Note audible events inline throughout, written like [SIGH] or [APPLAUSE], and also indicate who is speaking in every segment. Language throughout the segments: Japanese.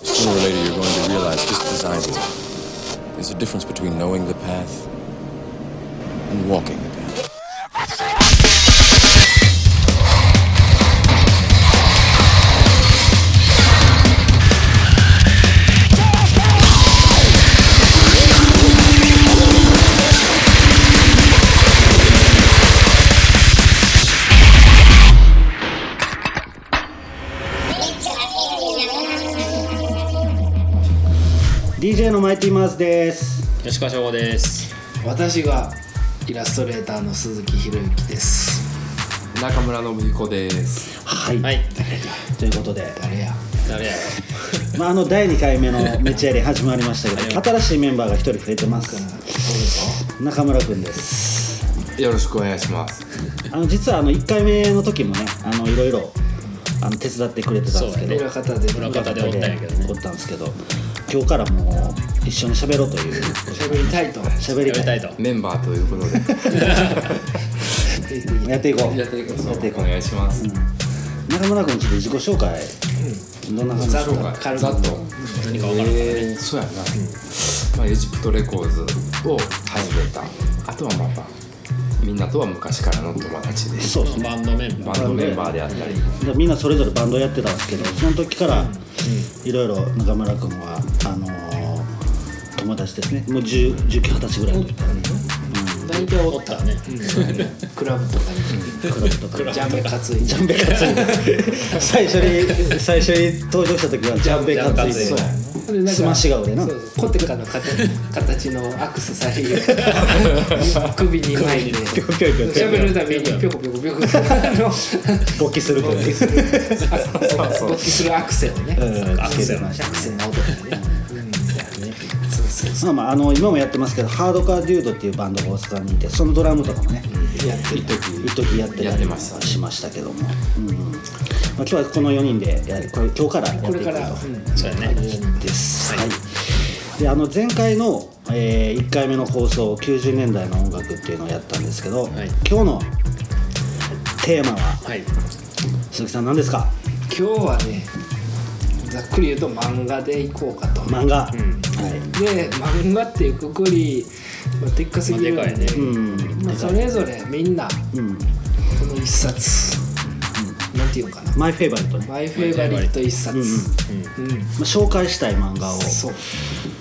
Speaker 1: later, you're going to realize just as I did there's a difference between knowing the path and walking the path.
Speaker 2: ー DJ のマイティマーズです
Speaker 3: 吉川翔吾です
Speaker 4: 私がイラストレーターの鈴木博之です
Speaker 5: 中村信彦です。
Speaker 2: はい、
Speaker 3: はい
Speaker 2: ということで、
Speaker 4: 誰や
Speaker 3: 誰や
Speaker 2: まあ、あの第2回目の「めちゃやり」始まりましたけど新しいメンバーが1人増えてます中村くんです
Speaker 5: よろしくお願いします。
Speaker 2: あの実はあの1回目の時もねあのいろいろあの手伝ってくれてたんですけど、
Speaker 4: 裏方で
Speaker 3: 裏方でおったんやけどね
Speaker 2: おったんですけど今日からもう一緒に喋ろうという
Speaker 4: 喋りたいと
Speaker 2: 喋り
Speaker 3: やりた
Speaker 2: 会
Speaker 3: いと
Speaker 5: メンバーということで。
Speaker 2: やっていこう
Speaker 5: やっていきましょうお願いします。
Speaker 2: 中村君ちょっと自己紹介、どんな話
Speaker 4: ざ
Speaker 2: で
Speaker 4: っ
Speaker 2: す
Speaker 4: と
Speaker 2: か
Speaker 4: 軽く
Speaker 5: ざっと。
Speaker 3: 何か分からん
Speaker 5: えーそうやな。まあエジプトレコーズを始めた。あとはまたみんなとは昔からの友達で
Speaker 2: そうですね
Speaker 3: バンドメン
Speaker 5: バ
Speaker 3: バ
Speaker 5: ンドメンバーであったり。
Speaker 2: でみんなそれぞれバンドやってたんですけどその時からいろいろ中村君はあのー友達ですねもう10 19、20歳ぐらいの時からね
Speaker 4: 大体
Speaker 3: ーおったね
Speaker 4: クラブとかに
Speaker 2: クラブとか
Speaker 4: ジャンベ担い
Speaker 2: ジ
Speaker 4: で
Speaker 2: ャンベ担いで [LAUGHS] 最初に最初に登場した時はジャンベ担いで
Speaker 3: ジャンベ担
Speaker 4: それなんか
Speaker 2: スマッシュ顔でな
Speaker 4: そうそうコテカの形形のアクセサリーを首に巻いて
Speaker 2: ぴょぴょぴょぴょ
Speaker 4: 喋るたびにピョコピョコピョコあの
Speaker 2: 勃起するという
Speaker 4: 勃起するアクセをね
Speaker 2: うん
Speaker 4: アクセのアクセの音がねうんそうそうそ
Speaker 2: まあまああの今もやってますけどハードカーデュードっていうバンドが大阪にいてそのドラムとかもね
Speaker 4: うやってる
Speaker 2: 一時やってた
Speaker 5: やっ
Speaker 2: り
Speaker 5: て
Speaker 2: も
Speaker 5: ました
Speaker 2: しましたけども、うんまあ、今日はこの4人でやるこれ今日からや
Speaker 4: こ
Speaker 2: って
Speaker 4: れ
Speaker 2: いく
Speaker 4: からうん
Speaker 3: そうやね
Speaker 2: です、はいであの前回の、え1回目の放送90年代の音楽っていうのをやったんですけど、
Speaker 3: い
Speaker 2: 今日のテーマは
Speaker 3: はい
Speaker 2: 鈴木さん何ですか
Speaker 4: 今日はねざっくり言うと漫画でいこうかと
Speaker 2: 漫画、
Speaker 3: ん
Speaker 2: は
Speaker 4: で漫画っていうくくり、まあ、でっかすぎるん
Speaker 3: まあでかいね
Speaker 2: いうん
Speaker 4: まあ、それぞれみんなこ
Speaker 2: うん
Speaker 4: の一冊、なんていうのかな
Speaker 2: マイフェイバリットね、ま
Speaker 4: マイフェイバリット一冊、うん
Speaker 2: あ紹介したい漫画を
Speaker 4: そう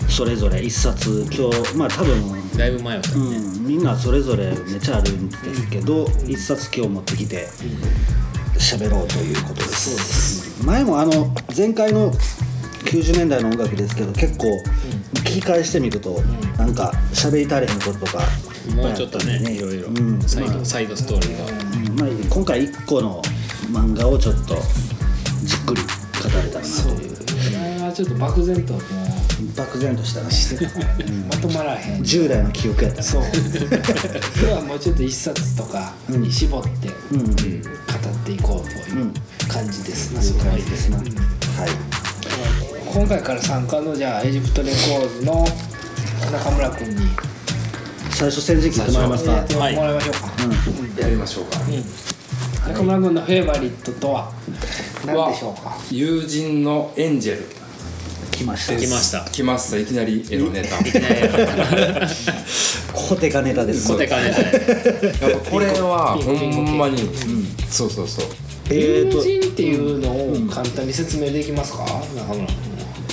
Speaker 2: それぞれ1冊今日まあ多分
Speaker 3: だいぶ迷った
Speaker 2: うん、みんなそれぞれめちゃあるんですけど、一冊今日持ってきて喋ろうということです前もあの前回の90年代の音楽ですけど結構聞き返してみると、なんか喋り足りへんこととか
Speaker 3: もうちょっとねいろいろ
Speaker 2: うん
Speaker 3: サイドサイドストーリーが
Speaker 2: まあ、今回1個の漫画をちょっとじっくり語れたらなという
Speaker 4: 前はちょっと漠然ともう
Speaker 2: 漠然としたな
Speaker 4: してたからね、まとまらへん
Speaker 2: 10代の記憶やったな
Speaker 4: そう今日はもうちょっと一冊とかに絞って
Speaker 2: うんうん
Speaker 4: 語っていこうという感じですな、
Speaker 2: そういう感じですな、
Speaker 4: うん
Speaker 2: はい
Speaker 4: 今回から参加のじゃあエジプトレコーズの中村君に
Speaker 2: 最初先陣切ってもらえます
Speaker 4: や
Speaker 2: か
Speaker 4: ってもらいましょうか、
Speaker 5: やりましょうか。
Speaker 4: 中村君のフェイバリットとは何
Speaker 5: は
Speaker 4: でしょうか
Speaker 5: 友人のエンジェル。
Speaker 2: 来ました
Speaker 3: 来ました
Speaker 5: 来ました。いきなりエロネタ。
Speaker 2: コテがネタです
Speaker 3: 小手かねたい
Speaker 5: やっぱこれはほんまに、うんそうそうそう
Speaker 2: えー
Speaker 4: 友
Speaker 2: と
Speaker 4: 人っていうのを簡単に説明できますか中村君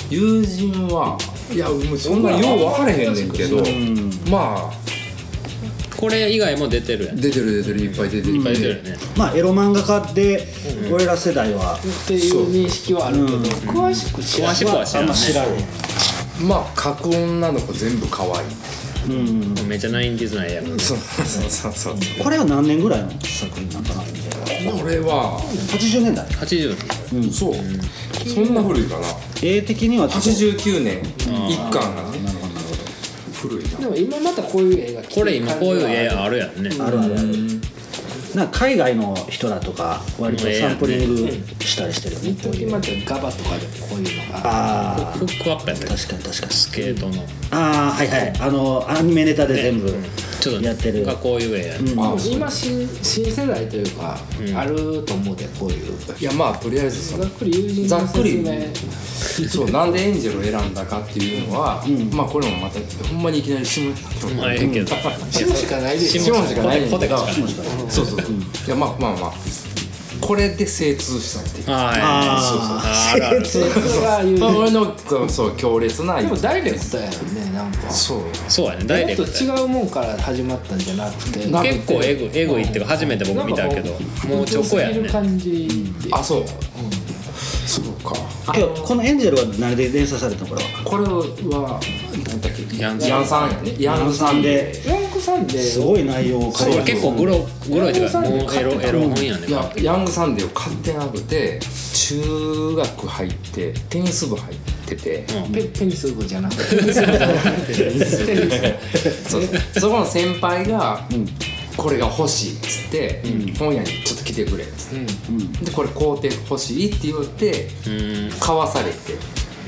Speaker 5: 友人はいやもうそんなよう分かれへんねんけどまあ
Speaker 3: これ以外も出てるやんいっ
Speaker 5: 出てる出てるいっぱい出てるいっ
Speaker 3: ぱい出てるよね
Speaker 2: まあエロ漫画家で俺ら世代は
Speaker 4: っていう認識はあるけど、詳しく知
Speaker 3: 詳
Speaker 4: らない
Speaker 3: しくは知
Speaker 2: あ
Speaker 3: ら
Speaker 2: ん
Speaker 3: ん
Speaker 2: ま
Speaker 3: ね
Speaker 2: 知らん
Speaker 5: まあ書く女の子全部可愛い
Speaker 3: めっちゃナインディズナイやん
Speaker 5: そうそうそうそう
Speaker 2: これは何年ぐらいの作品なんかな
Speaker 5: これは
Speaker 2: 80年代
Speaker 3: 80
Speaker 5: そうそんな古いかな
Speaker 2: 絵的には
Speaker 5: 89年一巻がね古いな
Speaker 4: でも今またこういう映画
Speaker 3: これ今こういう絵
Speaker 4: 画
Speaker 3: あるやんね
Speaker 2: あるあるあるなんか海外の人らとか割とサンプリングしたりしてるよね
Speaker 4: 一時までガバとかでもこういうのが
Speaker 2: あ
Speaker 3: フックアップやった
Speaker 2: あ
Speaker 3: っけ
Speaker 2: 確かに確かに
Speaker 3: スケートの
Speaker 2: ああはいはいあのアニメネタで全部
Speaker 3: ちちょっと
Speaker 2: やってる
Speaker 3: がこういう絵や、
Speaker 2: うん
Speaker 5: あ
Speaker 4: 今新新世代というか、
Speaker 3: うん
Speaker 4: あると思うでこういう
Speaker 5: いやまあとりあえずそ
Speaker 4: ざ
Speaker 5: の
Speaker 4: っくり友人
Speaker 5: ざ
Speaker 4: の
Speaker 5: っくり
Speaker 4: 説明
Speaker 5: そうなんでエンジェルを選んだかっていうのは、
Speaker 2: ん
Speaker 5: まあこれもまたほんまにいきなり下ネタ
Speaker 3: まあええけど
Speaker 4: シムしかないでしょ
Speaker 5: シモンしかないんだ
Speaker 3: ポ
Speaker 5: け
Speaker 3: テ
Speaker 5: ど
Speaker 3: ポテコし
Speaker 5: そうそうそう、いやまあまあまあこれで精通したっていう
Speaker 3: あああるある
Speaker 4: それが友
Speaker 5: まあ
Speaker 4: 人
Speaker 5: 俺のそうそう強烈な
Speaker 4: でもダイレクトやんねなんか
Speaker 5: そう
Speaker 3: そうやねダイ
Speaker 4: も
Speaker 3: レ
Speaker 4: っ
Speaker 3: ク
Speaker 4: と
Speaker 3: トや
Speaker 4: 違うもんから始まったんじゃなくて
Speaker 5: なくて
Speaker 3: 結構エグエグいっていうか初めて僕見たけどもうチョコや
Speaker 4: ね
Speaker 3: んね
Speaker 4: 感じで
Speaker 5: あそう、そうか
Speaker 2: 今日このエンジェルは何で連鎖されたのこれは
Speaker 5: これは何だっけ
Speaker 3: ヤン
Speaker 5: ヤンさんやねヤ
Speaker 2: あの
Speaker 5: ンさ
Speaker 2: 3
Speaker 5: んで
Speaker 2: です
Speaker 4: ランクさんです
Speaker 2: ごい内容を書いて
Speaker 3: これ
Speaker 2: る
Speaker 3: 結構グログロいっていうかもうエロエロ本やね
Speaker 5: いやヤングサンデーを買ってなくて中学入ってテニス部入ってて、
Speaker 4: ペペニス部じゃなくてペニス部じゃなくてペニス部
Speaker 5: そうそこの先輩が、これが欲しい」っつって、本屋にちょっと来てくれ」っつって、でこれ買うて欲しいって言って
Speaker 3: うん
Speaker 5: 買わされて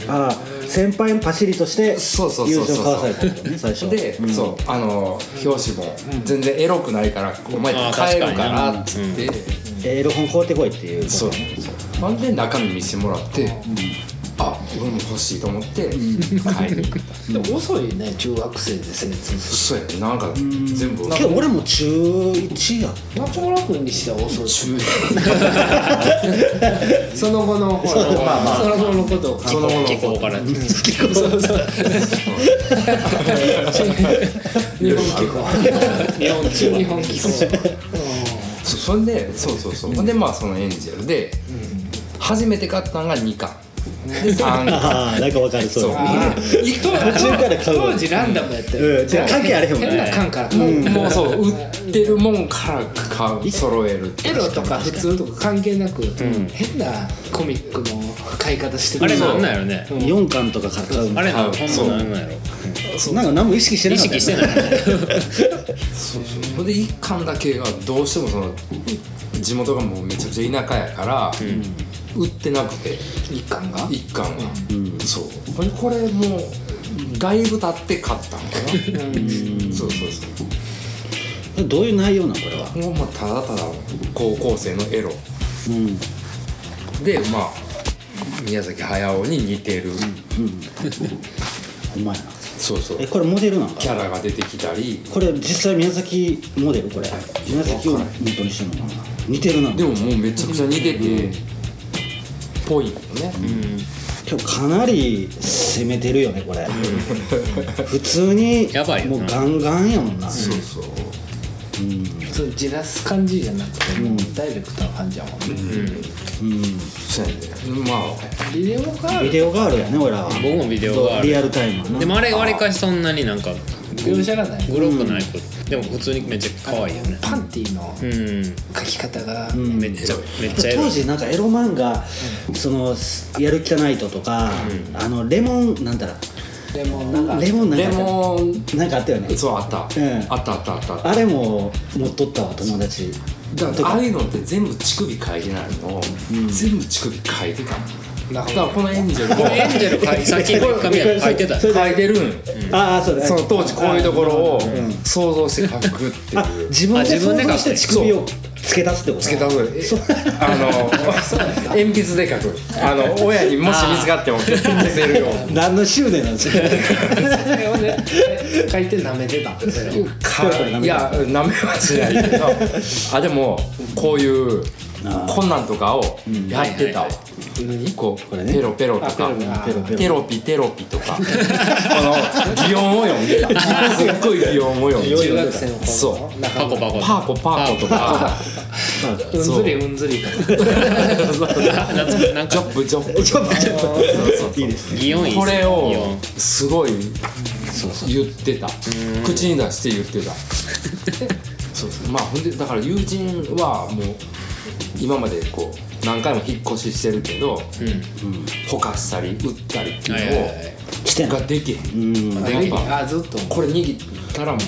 Speaker 2: ああ先輩のパシリとして
Speaker 5: そうそう
Speaker 2: 友
Speaker 5: そうそう
Speaker 2: 情交わされたんだよね最初
Speaker 5: で、
Speaker 2: ん
Speaker 5: そうあの表紙も全然エロくないから「お前
Speaker 3: あー
Speaker 5: 買える
Speaker 3: 確
Speaker 5: か
Speaker 3: かに
Speaker 5: ら」
Speaker 3: な
Speaker 5: っつって、
Speaker 2: エロ本買うてこいっていう
Speaker 5: そうほんで中身見せてもらって、あ俺も欲しいと思って買いに行った。
Speaker 4: でも遅いね中学生で精通す
Speaker 5: [LAUGHS] そうやねなんか全部 [LAUGHS]
Speaker 2: けど俺も中1や
Speaker 4: る中村君にしては遅い
Speaker 5: 中
Speaker 4: その後のほらその後のことを考え
Speaker 5: その後の
Speaker 3: 気候から
Speaker 4: 日本機構
Speaker 3: 日本中
Speaker 4: 日本機構
Speaker 5: そそんでそうそうそう、ほん、でまあそのエンジェルで、初めて買ったのが2巻 [LAUGHS] で3巻
Speaker 2: ああなんかわかるそう
Speaker 5: そう
Speaker 4: あー
Speaker 5: 一
Speaker 4: 当
Speaker 2: 途中から買うわ
Speaker 4: 当時ランダムやった
Speaker 2: う
Speaker 4: よ
Speaker 2: んじゃあ関係あれへんもんね
Speaker 4: 変な缶から買う
Speaker 5: もうそう売ってるもんから買う揃える
Speaker 4: エロとか普通とか関係なく変なコミックの買い方して
Speaker 3: あれ
Speaker 4: そ
Speaker 3: なん
Speaker 4: う
Speaker 3: なんやろね
Speaker 2: 4巻とかから買うの
Speaker 3: あれな
Speaker 5: そ
Speaker 3: ん
Speaker 5: う
Speaker 3: ほんまなんなんや
Speaker 2: なんか何も意識して
Speaker 3: ろ
Speaker 2: な
Speaker 3: 意
Speaker 2: かった
Speaker 3: 識してない
Speaker 5: そうそうほんで1巻だけがどうしてもその地元がもうめちゃくちゃ田舎やから、売ってなくて
Speaker 4: 一巻が
Speaker 5: 1巻が、そうほんでこれもうだいぶ経って買ったのかな、そうそうそう
Speaker 2: どういう内容なんこれは
Speaker 5: もうまあただただ高校生のエロ
Speaker 2: うん
Speaker 5: でまあ宮崎駿に似てる、
Speaker 2: ほんまやな
Speaker 5: そうそう
Speaker 2: えこれモデルなん
Speaker 5: キ
Speaker 2: か
Speaker 5: ャラが出てきたり
Speaker 2: これ実際宮崎モデルこれ宮崎を元にしてるのかな似てるな
Speaker 5: でももうめちゃくちゃ似てて、ぽいよね、
Speaker 2: 今日かなり攻めてるよねこれ普通に
Speaker 3: やばい
Speaker 2: も
Speaker 3: よな
Speaker 2: うガンガンやもんな
Speaker 5: そうそう
Speaker 4: 普通じらす感じじゃなくてもうダイレクトな感じやもんね
Speaker 2: うん
Speaker 5: そうやねま
Speaker 4: ビデオがあ
Speaker 2: ビ
Speaker 4: る
Speaker 2: デオガールやね俺らは
Speaker 3: 僕もビデオガール
Speaker 2: リアルタイムやな
Speaker 3: でもあれわりかしそんなになんか
Speaker 4: 描写がない
Speaker 3: グロくないこと、でも普通にめっちゃ可愛いよね
Speaker 4: パンティの
Speaker 3: う
Speaker 4: 書き方が
Speaker 3: んめっちゃめっちゃエロ
Speaker 2: 当
Speaker 3: い
Speaker 2: 時なんかエロ漫画そのやる気がないととかあのレモンなんだら
Speaker 4: でもなんか
Speaker 2: レモン
Speaker 5: あ
Speaker 2: なん
Speaker 5: レ
Speaker 2: かあっ
Speaker 5: モン
Speaker 2: たなんかあったよね
Speaker 5: そうあった、
Speaker 2: うん
Speaker 5: あったあったあったあった
Speaker 2: あれも持っとったわ友達
Speaker 5: だからああいうのって全部乳首書いてないの、全部乳首書いてただからこのエンジェルも
Speaker 3: エンジェル描いさっきの一回目や書いてた
Speaker 2: それで
Speaker 5: 書いてるんよ
Speaker 2: ああそうだ
Speaker 5: その当時こういうところを
Speaker 2: うん
Speaker 5: 想像して書くっていう
Speaker 2: あ
Speaker 5: [LAUGHS]
Speaker 2: 自分
Speaker 3: あ
Speaker 2: で
Speaker 3: 自分
Speaker 2: 想
Speaker 3: で
Speaker 2: 像して乳首をつけ出すってこと
Speaker 5: つけた方がいいあの [LAUGHS] 鉛筆で書くあの親にもし見つかっても消せるように
Speaker 2: 何の執念なんですか
Speaker 4: それをね書いて舐めてたそれを
Speaker 5: かいやなめはしないけど [LAUGHS] あでもこういうこんなんとかをやってたわこう
Speaker 2: れね
Speaker 5: ペロペロとか
Speaker 4: あ
Speaker 2: ペ
Speaker 4: ペロ
Speaker 2: ロペロ
Speaker 5: テロピテロピと [LAUGHS] かこの擬音を読んでたすっごい擬音を読ん
Speaker 4: 中
Speaker 5: で
Speaker 4: 学生の頃の
Speaker 5: そ
Speaker 4: 仲
Speaker 3: パ
Speaker 4: 間
Speaker 3: コパコ
Speaker 5: たパーコパーコと [LAUGHS] か
Speaker 4: うんずりうんずりとか
Speaker 3: 夏なん
Speaker 5: [LAUGHS] ジョ
Speaker 3: か
Speaker 5: ップジョップ
Speaker 2: ち
Speaker 5: [LAUGHS]
Speaker 2: ょっとちょっといいですね
Speaker 3: 擬音いいっすね
Speaker 5: これ
Speaker 3: 擬
Speaker 5: を
Speaker 3: 音
Speaker 5: すごい言ってた口に出して言ってた [LAUGHS] そうそうまあほんでだから友人はもう今までこう何回も引っ越ししてるけど、ほかしたり打ったりっていう
Speaker 3: は
Speaker 5: の
Speaker 3: いはいはい
Speaker 2: して
Speaker 5: を
Speaker 2: ない
Speaker 5: ができへん
Speaker 2: うん
Speaker 5: やっぱ
Speaker 4: あずっと
Speaker 5: これ握ったらもう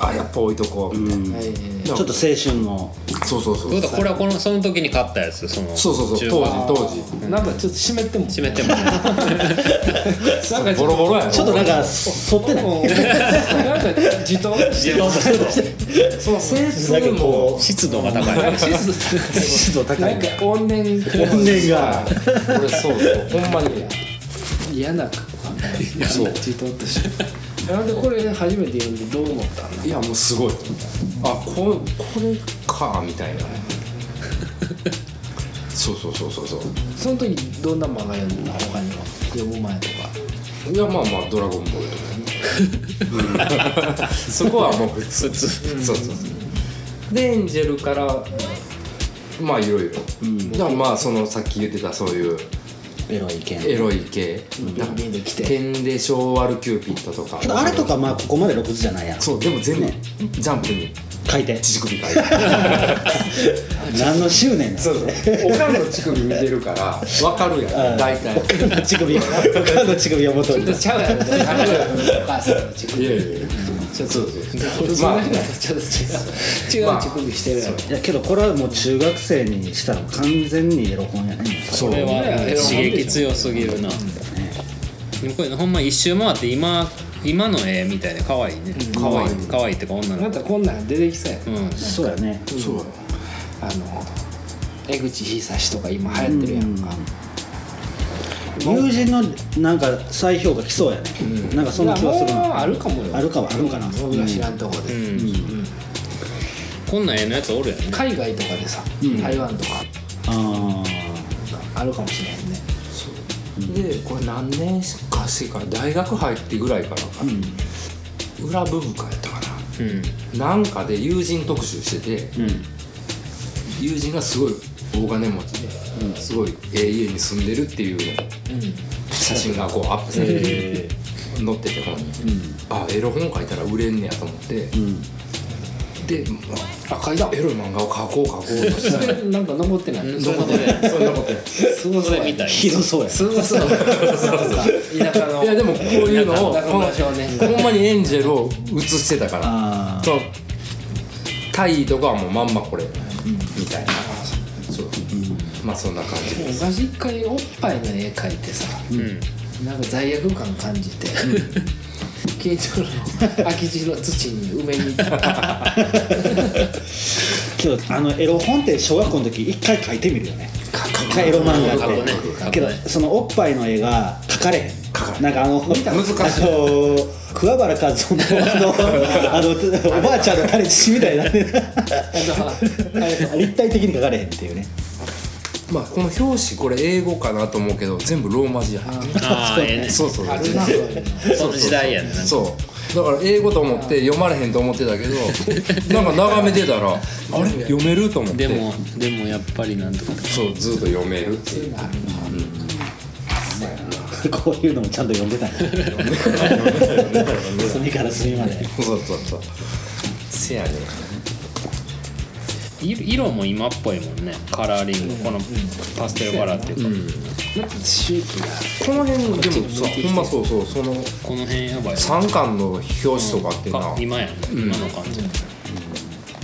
Speaker 5: あやっぱ置いとこうみたいな、
Speaker 4: はい
Speaker 5: ち
Speaker 2: ちょっと青春の
Speaker 5: そうそうそう
Speaker 3: どうだこれはこのその時に買ったやつその
Speaker 5: そうそうそう
Speaker 3: 中
Speaker 5: 当
Speaker 3: 古
Speaker 5: 時当時
Speaker 4: なんかちょっと湿っても
Speaker 3: 閉めてもね
Speaker 4: なんか
Speaker 5: ボロボロやろ
Speaker 2: ちょっとなんか反ってない
Speaker 4: もうなんか自動してる
Speaker 5: そのセンス
Speaker 2: だけこ
Speaker 5: も
Speaker 3: 湿度が高い
Speaker 2: 湿度高
Speaker 5: ないん
Speaker 2: ん
Speaker 5: か
Speaker 2: だ
Speaker 5: 怨 [LAUGHS] 念
Speaker 2: 怨念が
Speaker 5: 俺そうそうほんまに
Speaker 4: 嫌な
Speaker 5: そう
Speaker 4: 自動としてなんでこれ初めて読んでどう思ったの
Speaker 5: いやもうすごいあここれかみたいなそうそうそうそうそう
Speaker 4: その時どんな漫画読んだ他にも読む前とか
Speaker 5: いやまあまあ「ドラゴンボール」とかねそこはもう普通そうそうそうでエンジェルからまあいろいろ、だからまあそのさっき言ってたそういう
Speaker 2: エロい意見
Speaker 5: エロい系なんか
Speaker 4: ビンで来て
Speaker 5: 剣で昭和ルキューピッドとか
Speaker 2: けどあれとかまあここまで露骨じゃないやん
Speaker 5: そうでも全部ジャンプに
Speaker 2: 書いて
Speaker 5: 乳首がいて
Speaker 2: 何の執念だ
Speaker 5: [LAUGHS] そうそう。おかんの乳首見てるから、わかるや
Speaker 2: うん
Speaker 5: ん、大体。
Speaker 2: 乳首を他の乳首を元に
Speaker 4: ちょっとちゃうやろちょっとちゃうやろお母さんの乳
Speaker 5: い
Speaker 4: 首
Speaker 5: やいやいや。
Speaker 4: ちょっと普通
Speaker 5: まあ
Speaker 4: の人とちょっと違う違う乳首してるやろ
Speaker 2: いやけどこれはもう中学生にしたら完全にエロ本やね
Speaker 5: そう
Speaker 3: こ。れは刺激強すぎるなでもこれほんま一周回って今今の絵みたいで可愛いね可愛い可愛いってか女
Speaker 4: な
Speaker 3: の
Speaker 4: ん
Speaker 3: 子
Speaker 4: かこんなん出てきそうや
Speaker 3: うんうん
Speaker 2: そうやね
Speaker 5: そうや
Speaker 4: あの江口久志とか今流行ってるやんか
Speaker 2: 友人のなんか再評価来そうやね、なんかそんな気はする
Speaker 4: いやもう
Speaker 2: な
Speaker 4: あるかもよ
Speaker 2: あるかはあるんかな、
Speaker 4: 僕が知らんとこで、
Speaker 3: こんな絵のやつおるやんね
Speaker 4: 海外とかでさ、台湾とか
Speaker 2: あ
Speaker 4: あるかもしれへんね
Speaker 5: で、これ何年かしてから、大学入ってぐらいからかな。裏部部かやったか
Speaker 3: うん
Speaker 5: な。なんかで友人特集してて、
Speaker 2: ーうん
Speaker 5: 友人がすごい大金持ちで、すごいええ家に住んでるっていう写真がこうアップされて載ってて本に。あ、エロ本書いたら売れんねやと思って。
Speaker 2: うん
Speaker 5: で、あ、書いたエロい漫画を描こう描こうとして。
Speaker 4: それなんか残ってない
Speaker 5: そんなことな
Speaker 4: [LAUGHS]
Speaker 5: い。そんなことない。
Speaker 4: すごそうや
Speaker 3: みたい
Speaker 2: ひどそうや
Speaker 4: すご [LAUGHS] そうなんか田舎の
Speaker 5: いやでもこういうのを
Speaker 4: 田舎
Speaker 5: ほん
Speaker 4: の少年
Speaker 5: ほんまにエンジェルを映してたから
Speaker 2: あ
Speaker 5: その態度がもうまんまこれみたいなそうまあそんな感じで
Speaker 4: 昔一回おっぱいの絵描いてさ、
Speaker 3: うん
Speaker 4: なんか罪悪感感じて近所の空き地の土に埋めに行った
Speaker 2: けどあのエロ本って小学校の時一回書いてみるよね一回エロ漫画
Speaker 3: 過去
Speaker 2: っ
Speaker 3: ね
Speaker 2: て
Speaker 3: 過去ね
Speaker 2: けどそのおっぱいの絵が描かれへん
Speaker 5: かれへん
Speaker 2: なんかあの
Speaker 5: 難しい
Speaker 2: あの桑原和夫のあのあのおばあちゃんのタレ父みたいなね
Speaker 4: あのあれ
Speaker 2: 立体的に描かれへんっていうね
Speaker 5: まあこの表紙これ英語かなと思うけど全部ローマ字や
Speaker 3: ああええね
Speaker 5: そうそう
Speaker 4: あるなそういうの
Speaker 3: その時代やねなんか
Speaker 5: そうだから英語と思って読まれへんと思ってたけどなんか眺めてたらあれ読めると思っ
Speaker 3: で
Speaker 5: て
Speaker 3: もでもやっぱりなんとか
Speaker 5: そうずっと読めるっていう
Speaker 2: こういうのもちゃんと読んでたんや隅から隅まで
Speaker 5: そうそうそうせやね
Speaker 3: い色も今っぽいもんねカラーリングこのパステルカラーっていうか、
Speaker 4: なんか周期が
Speaker 5: この辺でもさほんまそうそうその
Speaker 3: この辺やばいな
Speaker 5: 三巻の表紙とかってな、
Speaker 3: か今やね、今の感じ、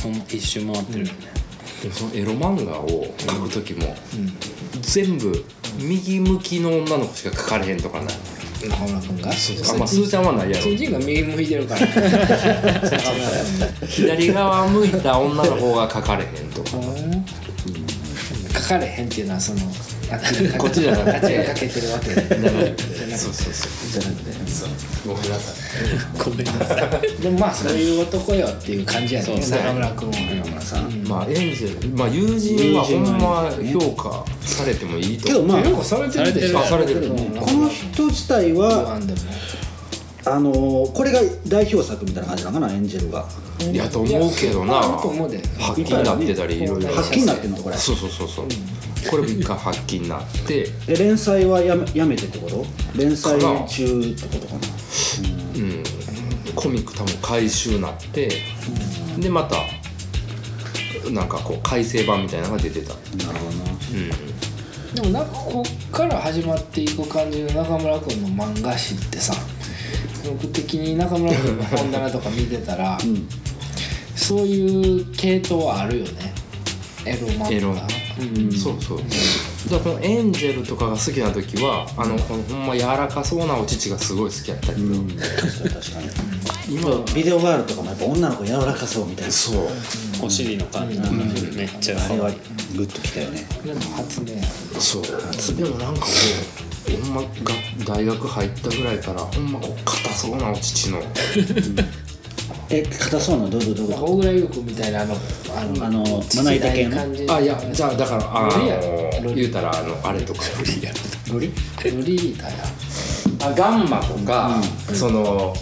Speaker 3: ほんま一周回ってるよね、
Speaker 5: そのエロ漫画を描く時も、全部右向きの女の子しか描かれへんとかない、
Speaker 4: 中村君が
Speaker 5: あまあすーちゃんはないやろ
Speaker 4: 主人が右向いてるから中村君
Speaker 5: 左側向いた女の方が描かれへんとか
Speaker 4: 書かれへんっていうのはその
Speaker 5: こっちじゃなくて
Speaker 4: かけてるわけで
Speaker 5: そうそうそう
Speaker 4: じゃなくて
Speaker 5: ごめんなさい
Speaker 3: ごめんなさい
Speaker 4: でもまあそういう男よっていう感じやね
Speaker 3: そう
Speaker 4: 中村君は
Speaker 2: さ
Speaker 5: まあエンジェルまあ友人はほんま評価されてもいいと
Speaker 2: けどまあ
Speaker 4: よくされてるでしょ
Speaker 5: あされてる
Speaker 2: この人自体は
Speaker 4: なんでも
Speaker 2: あのーこれが代表作みたいな感じなのかなエンジェルが
Speaker 5: いやと思うけどな
Speaker 4: あると思うで
Speaker 5: 発禁になってたりいろいろ
Speaker 2: 発禁になってんのこれ
Speaker 5: そうそうそうそうこれも一回発禁になって
Speaker 2: え連載はやめやめてってこと連載
Speaker 5: かな
Speaker 2: 中ってことかな
Speaker 5: うん、コミック多分回収なって、でまたなんかこう改正版みたいなのが出てた、
Speaker 2: なるほどな
Speaker 5: うん、
Speaker 4: でもなんかこっから始まっていく感じの中村君の漫画誌ってさ僕的に中村君の本棚とか見て
Speaker 2: [LAUGHS]
Speaker 4: たら、そういう系統はあるよねエロ漫画
Speaker 5: エロな、そうそうじゃあこのエンジェルとかが好きな時はあのこのほんま柔らかそうなお乳がすごい好きやったり、
Speaker 2: うん確かに確かに
Speaker 5: 今
Speaker 2: ビデオガールとかもやっぱ女の子柔らかそうみたいな
Speaker 5: そう
Speaker 3: お尻の感じ、めっちゃ
Speaker 2: あれはグッときたよね
Speaker 4: でも発明
Speaker 5: そうでもなんかこうほんまが大学入ったぐらいからほんまこう硬そうなお乳の
Speaker 2: え硬そうなどういうことどういう
Speaker 4: なんか
Speaker 2: こ
Speaker 4: 大倉優子みたいなあのあ
Speaker 2: とあのまな板系の
Speaker 4: 感じ
Speaker 5: あいやじゃあだからあ
Speaker 4: ロリや
Speaker 5: の言うたらあのあれとか
Speaker 2: ノリ
Speaker 4: ブリーダーや
Speaker 5: あガンマとか、その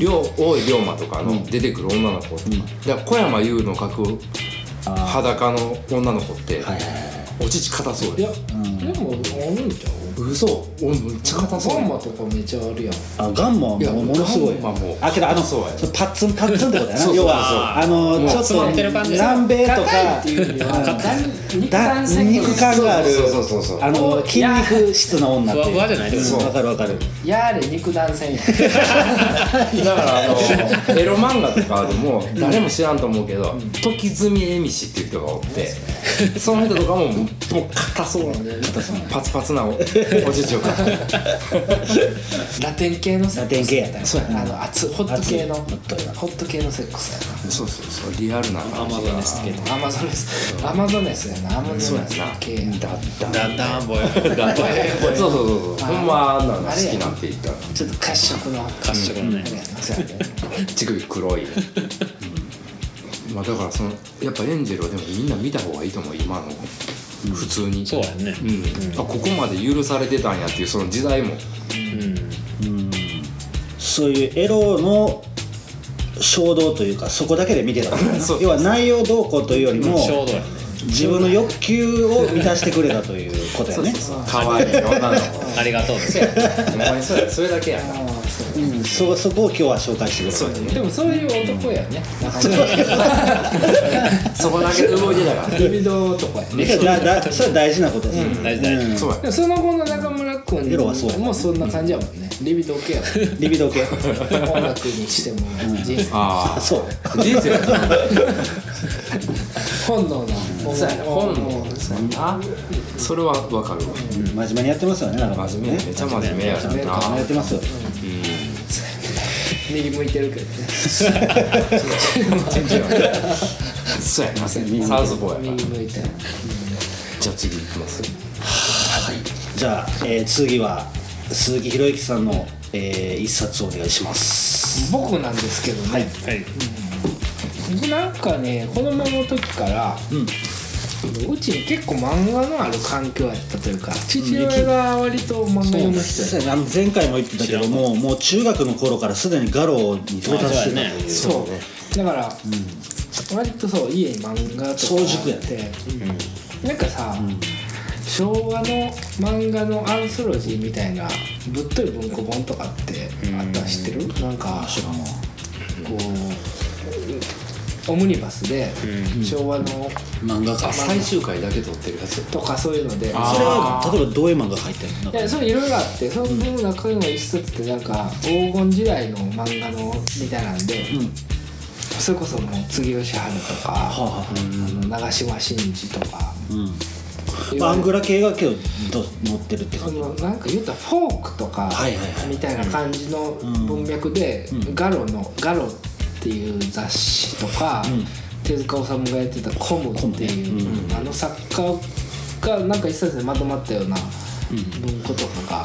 Speaker 5: 量多い龍馬とかの出てくる女の子とか、だから小山優の描く裸の女の子って、
Speaker 2: はいはいはい
Speaker 5: お乳硬そう
Speaker 4: い
Speaker 5: や
Speaker 4: や、でもあるんちゃう
Speaker 5: 嘘おめっちゃ硬そう
Speaker 4: ガ
Speaker 5: や
Speaker 4: ンマとかめっちゃあるやん
Speaker 2: あガンマはい
Speaker 5: や
Speaker 2: もうものすごい
Speaker 5: ガンマも
Speaker 2: あけどあの
Speaker 5: そうや
Speaker 2: そのパッツンパッツンってことや
Speaker 5: そうそ
Speaker 2: な
Speaker 5: うそ
Speaker 2: 要
Speaker 5: う
Speaker 2: はあの
Speaker 5: も
Speaker 2: ちょっ
Speaker 5: う
Speaker 2: と
Speaker 3: 詰まってる感じ
Speaker 2: 南米と
Speaker 4: 硬い
Speaker 2: か
Speaker 4: っていうよりはだ肉
Speaker 2: だ
Speaker 4: 感線
Speaker 2: 肉感がある
Speaker 5: そうそうそうそう
Speaker 2: あの筋肉質の女っていう
Speaker 3: ふわふわじゃない
Speaker 2: うん
Speaker 3: そう
Speaker 2: わかるわかる
Speaker 4: やれ肉弾戦や
Speaker 5: だからあのエロ漫画とかでも誰も知らんと思うけど時積み恵美氏っていう人がおってその人とかももう硬そうなんだよパツパツなおお乳をか
Speaker 4: ラテン系のセッ
Speaker 2: ラ
Speaker 4: クス
Speaker 2: テン系やったよ
Speaker 4: そうやなあの熱ホット系の
Speaker 2: 熱いホットやな
Speaker 4: ホット系のセックスや
Speaker 5: そうそうそうリアルな
Speaker 3: ア
Speaker 5: 感
Speaker 3: マ
Speaker 5: じ
Speaker 3: ゾネス系とか
Speaker 4: なアマゾネスアマゾネスやなアマゾ
Speaker 5: そうや
Speaker 4: ネス
Speaker 5: な
Speaker 4: 系やな
Speaker 5: だだ
Speaker 3: だんだんボイ
Speaker 5: だそうそうそうそうほんまあんなの
Speaker 4: あ
Speaker 5: 好
Speaker 4: れや
Speaker 5: きなんて言ったら
Speaker 4: ちょっと褐色の
Speaker 3: 褐色のね
Speaker 4: うんそうやね
Speaker 5: 乳首黒いまあだからそのやっぱエンジェルはでもみんな見た方がいいと思う今の普通に
Speaker 3: そうやんね
Speaker 5: うんあここまで許されてたんやっていうその時代も
Speaker 3: うん
Speaker 2: そういうエロの衝動というかそこだけで見てたわけだな
Speaker 5: そう
Speaker 2: 要は内容動向というよりも
Speaker 3: 衝動やね
Speaker 2: 自分の欲求を満たしてくれたということやね
Speaker 5: 可愛い [LAUGHS] 女の子
Speaker 3: ありがとうです
Speaker 5: お前それそれだけやな
Speaker 4: あーそう
Speaker 2: うんそそこを今日は紹介してくれた
Speaker 4: でもそういう男やね中
Speaker 5: そこだけ動いてたから
Speaker 4: 身リビドー男やね
Speaker 2: いやだだそれは大事なことですよ、
Speaker 3: 大事大事
Speaker 5: そうや
Speaker 4: でも [LAUGHS] その後の中村君
Speaker 2: エロはそうや
Speaker 4: もうそんな感じやもんねリビドー系やもんね
Speaker 2: リビド系
Speaker 4: 音楽にしても人生
Speaker 5: あ
Speaker 2: そう
Speaker 5: あ人生やな
Speaker 4: 本能の
Speaker 5: 本能あそれはわかるわ
Speaker 2: 真面目にやってますよね中村
Speaker 5: 真
Speaker 2: 君
Speaker 5: 面
Speaker 2: ね
Speaker 5: 目めちゃ真面目や
Speaker 2: 真面目に考
Speaker 5: な
Speaker 2: えてますよ
Speaker 4: 右向いてるけどね
Speaker 5: そうやなサウスポーやな
Speaker 4: 右向いてる
Speaker 5: じゃあ次いきます
Speaker 2: じゃあ、えー次は鈴木博之さんの、えー一冊お願いします
Speaker 4: 僕なんですけどね、
Speaker 3: はい
Speaker 4: 僕なんかね子供の時から、うちに結構漫画のある環境やったというか父親が割と漫画読む人やった
Speaker 2: そうあの前回も言ってたけどももう中学の頃からすでにガロに到達してたと
Speaker 3: あそうや
Speaker 2: いう
Speaker 4: そうだから、割とそう家に漫画とかあって
Speaker 2: 早熟や
Speaker 4: なんかさ、昭和の漫画のアンソロジーみたいなぶっとい文庫本とかってあったの知ってる、なんか
Speaker 2: 知らんわ
Speaker 4: こうオムニバスで昭和の
Speaker 2: 漫画かそれ
Speaker 5: 最終回だけ撮ってるやつ
Speaker 4: とかそういうので
Speaker 5: あ
Speaker 2: は例えばどういう漫画が入ってるのなん
Speaker 4: い
Speaker 2: か
Speaker 4: やそういろいろあってその中の一冊ってなんか黄金時代の漫画のみたいなんで、それこそもう杉吉春とか、
Speaker 2: はあ
Speaker 4: あの長嶋真司とか、
Speaker 2: うんアングラ系がけどど持ってるって
Speaker 4: そ
Speaker 2: 感じ
Speaker 4: のなんか言ったらフォークとか
Speaker 2: はいはいはい
Speaker 4: みたいな感じの文脈で、ガロの「ガロ」っていう雑誌とか、手塚治虫がやってた「コム」っていう、あの作家がなんか一冊でまとまったような文庫とかが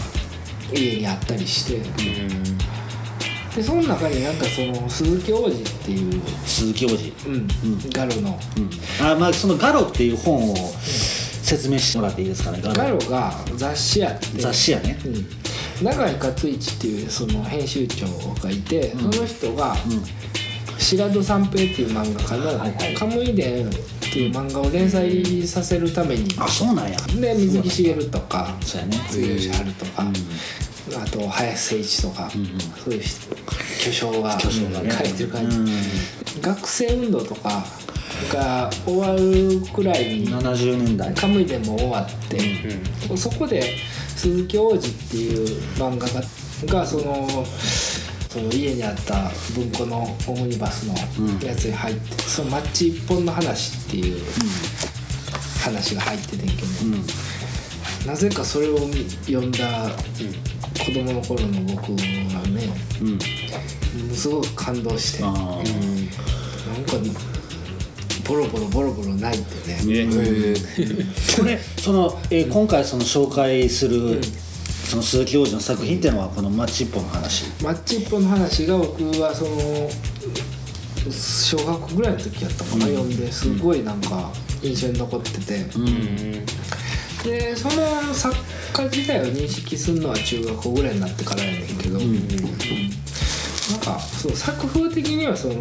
Speaker 4: 家にあったりして、でその中になんかその鈴木王子っていう、
Speaker 2: 鈴木王子
Speaker 4: うんガロの。
Speaker 2: あまあそのガロっていう本を説明してもらっていいですかねガロ
Speaker 4: ガロが雑誌やって
Speaker 2: 雑誌やね
Speaker 4: うん、永井克一っていうその編集長がいて、その人が、白戸三平っていう漫画家の「カムイ伝」っていう漫画を連載させるために、
Speaker 2: あそうなんや
Speaker 4: で水木しげるとか
Speaker 2: そうやね
Speaker 4: 杉吉春とか、あと林誠一とか、そういう人巨匠が書いてる感じ、学生運動とかが終わるくらいに。
Speaker 2: 70年代
Speaker 4: カムイでも終わって、そこで鈴木王子っていう漫画家がそのその家にあった文庫のオムニバスのやつに入って、そのマッチ一本の話っていう話が入っててんけど、なぜかそれを読んだ子供の頃の僕はね
Speaker 2: うん
Speaker 4: ものすごく感動してなんか
Speaker 2: あ
Speaker 4: ボロボロボロボロ泣いてね
Speaker 5: えー
Speaker 2: ーこれその、えー今回その紹介するその鈴木王子の作品っていうのはこの「マッチ一本」の話
Speaker 4: マッチ一本の話が僕はその小学校ぐらいの時やったかな、読んですごいなんか印象に残ってて、でその作家自体を認識するのは中学校ぐらいになってからやねんけど、なんかそう作風的にはその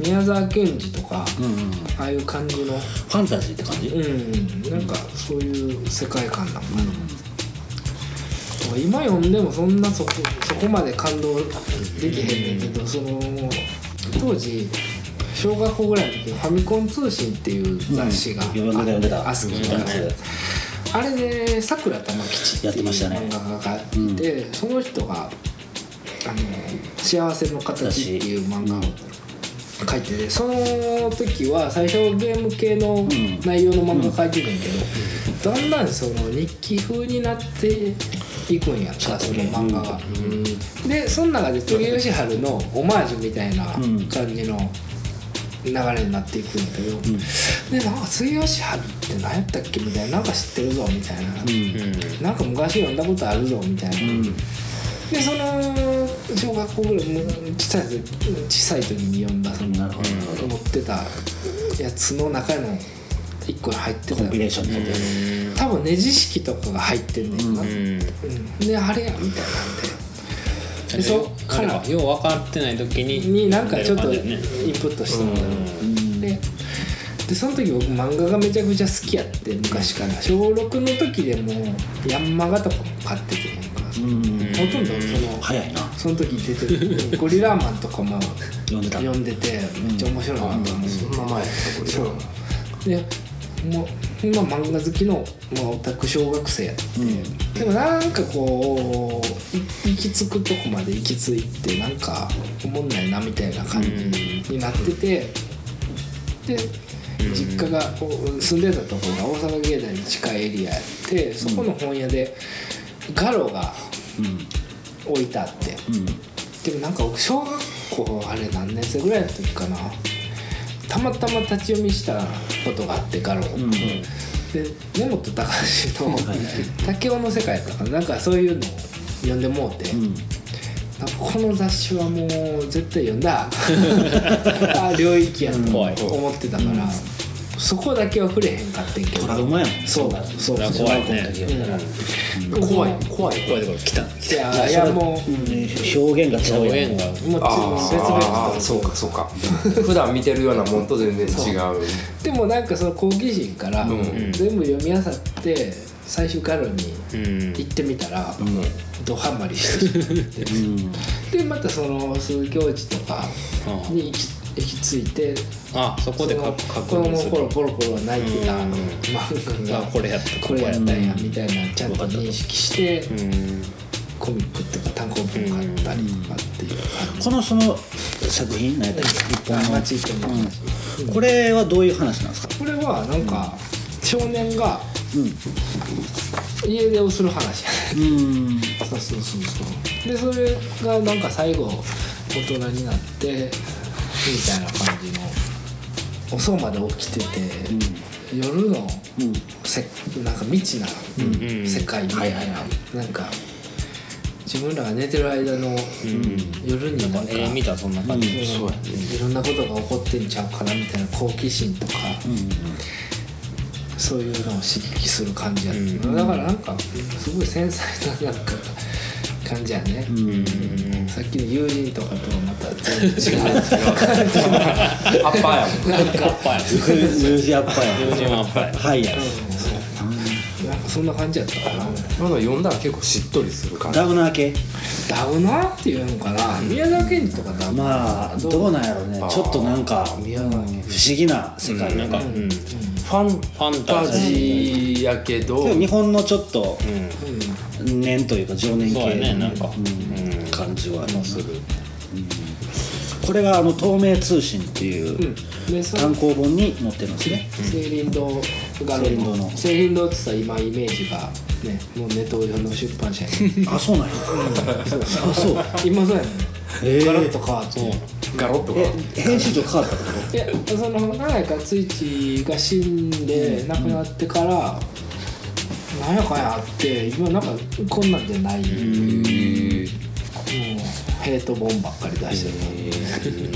Speaker 4: 宮沢賢治とか、ああいう感じ
Speaker 2: フ
Speaker 4: の、
Speaker 2: ァンタジーって感じ
Speaker 4: うん、なんかそういう世界観なのかな、今読んでもそんなそこそこまで感動できへんねんけど、その当時小学校ぐらいの時ファミコン通信っていう雑誌があって、
Speaker 2: 読んでた読んでた
Speaker 4: あ好き
Speaker 2: う
Speaker 4: だ
Speaker 2: ん
Speaker 4: ねあれでさくら玉吉っていう漫画家がいて、その人が「あの幸せの形」っていう漫画を書いててその時は最初ゲーム系の内容の漫画書いてるんやけど、だんだんその日記風になっていくんやったその漫画が。でその中で鳥吉春のオマージュみたいな感じの。流れになっていくんだけど、でなんか杉吉春って何やったっけみたいななんか知ってるぞみたいな、なんか昔読んだことあるぞみたいな、でその小学校ぐらいもう小さい時小さい時に読んだその
Speaker 2: なるほど
Speaker 4: 持ってたやつの中の1個に入ってた
Speaker 2: コンピレーションってこと
Speaker 4: 多分ネジ式とかが入ってんねんな、うん
Speaker 3: うん
Speaker 4: であれやみたいなんで。でそっか
Speaker 3: あ
Speaker 4: ら
Speaker 3: れよう分かってない時に
Speaker 4: になんかちょっとイ
Speaker 3: 出
Speaker 4: ン
Speaker 3: る感じだよね
Speaker 4: プットしてもらうででその時僕漫画がめちゃくちゃ好きやって昔から小6の時でもうヤンマガとかも買っててなんかほとんどその
Speaker 2: 早いな
Speaker 4: その時出てるゴリラーマンとかも
Speaker 2: 読んでた
Speaker 4: 読んでてめっちゃ面白いなと思って、
Speaker 5: そんな前やったこれ
Speaker 4: そうでもう今漫画好きの、まあ、オタク小学生やって、でもなんかこうい行き着くとこまで行き着いてなんかおもんないなみたいな感じになってて、で実家がこう住んでたとこが大阪芸大に近いエリアやってそこの本屋でガロが置いてあって。でもなんか僕小学校あれ何年生ぐらいの時かなたまたま立ち読みしたことがあってガロ、うで根本高橋の「竹雄の世界」とかななんかそういうのを読んでもうて、なんかこの雑誌はもう絶対読んだあ領域やと
Speaker 3: 怖い
Speaker 4: 思ってたから、そこだけは触れへんかってんけど
Speaker 2: トラウマやもん
Speaker 4: そうそう
Speaker 3: あ怖いね
Speaker 4: うん怖い
Speaker 5: 怖い
Speaker 3: 怖いところ来た
Speaker 4: いやいやもう
Speaker 2: 表現が違う
Speaker 3: 表
Speaker 2: やん
Speaker 3: 現が
Speaker 4: もちろん別々
Speaker 5: ああそうかそうか普段見てるようなもんと全然違う
Speaker 4: でもなんかその好奇心から
Speaker 5: ん
Speaker 4: 全部読み漁って最終回路に
Speaker 3: うん
Speaker 4: 行ってみたら
Speaker 5: うん
Speaker 4: ドハマりしてしまってでまたその鈴木王子とかに行き行き着いて
Speaker 3: あそこでか
Speaker 4: その
Speaker 3: 確
Speaker 4: 子供
Speaker 3: 認
Speaker 4: の
Speaker 3: する
Speaker 4: 頃ポロポロ泣いてた漫画
Speaker 3: あ
Speaker 4: が
Speaker 3: これやった
Speaker 4: これやったんやみたいなのちゃんと認識してコミックとか単行本買ったりとかっていう感
Speaker 2: このその作品何やったっけ
Speaker 4: じ
Speaker 2: 一
Speaker 4: マ
Speaker 2: 本
Speaker 4: チイコの話
Speaker 2: のこれはどういう話なんですか
Speaker 4: これはなんか少年が
Speaker 2: う
Speaker 4: 家出をする話やね
Speaker 2: んうん
Speaker 4: そうそうそうそうでそれがなんか最後大人になってみたいな感じの遅うまで起きてて、夜のせなんか未知な世界みたいな,、なんか自分らが寝てる間の夜になんか、
Speaker 3: えー見たそんな感じ
Speaker 4: そういろんなことが起こってんちゃうかなみたいな好奇心とか、そういうのを刺激する感じやった、だからなんかすごい繊細ななんか感じやね、さっきの友人とかとはまた全然 [LAUGHS] 違う
Speaker 5: アッパーやもん
Speaker 4: なんか
Speaker 3: ぱい
Speaker 2: 十字やっぱ
Speaker 3: 友
Speaker 2: や
Speaker 3: 人はぱい
Speaker 2: はいや
Speaker 4: なんかそんな感じやったかな
Speaker 5: まだ読んだら結構しっとりする感じ
Speaker 2: ダウナー系
Speaker 4: ダウナーっていうのかな宮沢賢治とかダウナー、
Speaker 2: まあどうなんやろうねちょっとなんかうん不思議な世界
Speaker 3: なんかうんフ
Speaker 5: ファン
Speaker 3: ァン
Speaker 5: ファン
Speaker 3: タ
Speaker 5: タジ
Speaker 3: ジ
Speaker 5: ーやけど
Speaker 2: でも日本のちょっと
Speaker 3: ーうん
Speaker 2: 念というか情念
Speaker 3: そうや
Speaker 2: 系
Speaker 3: ねなんか
Speaker 2: うん感じはありまするこれがあの透明通信っていう
Speaker 4: うん、でその
Speaker 2: 単行本に載ってるんですね
Speaker 4: 青林堂があ
Speaker 2: 青
Speaker 4: る
Speaker 2: 林堂の
Speaker 4: 青林堂ってさ今イメージがねもうネトウヨの出版社やね [LAUGHS]
Speaker 2: あそうなんやあそう
Speaker 4: 今そうやね
Speaker 2: えー
Speaker 4: ガラッと変わって
Speaker 5: ガロッとか
Speaker 2: え編集長変わったってこ
Speaker 4: いやその長井勝一が死んで亡くなってから、なんやかんやあって今なんかこんなんじゃない、もうヘイト本ばっかり出してる、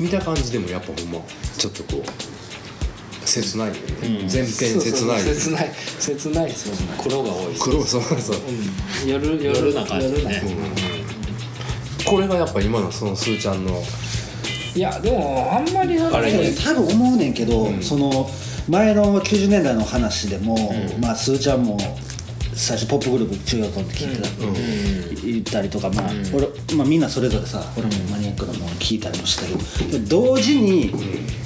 Speaker 5: 見た感じでもやっぱほんまちょっとこう切ないよね、全編切ないよね
Speaker 4: そうそう切ない切ないですよね、
Speaker 3: 黒が多い
Speaker 5: 黒そうそう
Speaker 4: うん、夜夜
Speaker 3: 夜な感じね
Speaker 4: 夜な
Speaker 5: これがやっぱ今のそのすーちゃんの
Speaker 4: いやでもあんまりあ
Speaker 2: とでも多分思うねんけど、その前の90年代の話でも、まあすーちゃんも最初ポップグループ中学校の時聞いてた、言ったりとか、まあ俺まあ、みんなそれぞれさ俺もマニアックなもの聞いたりもしたけど、同時に、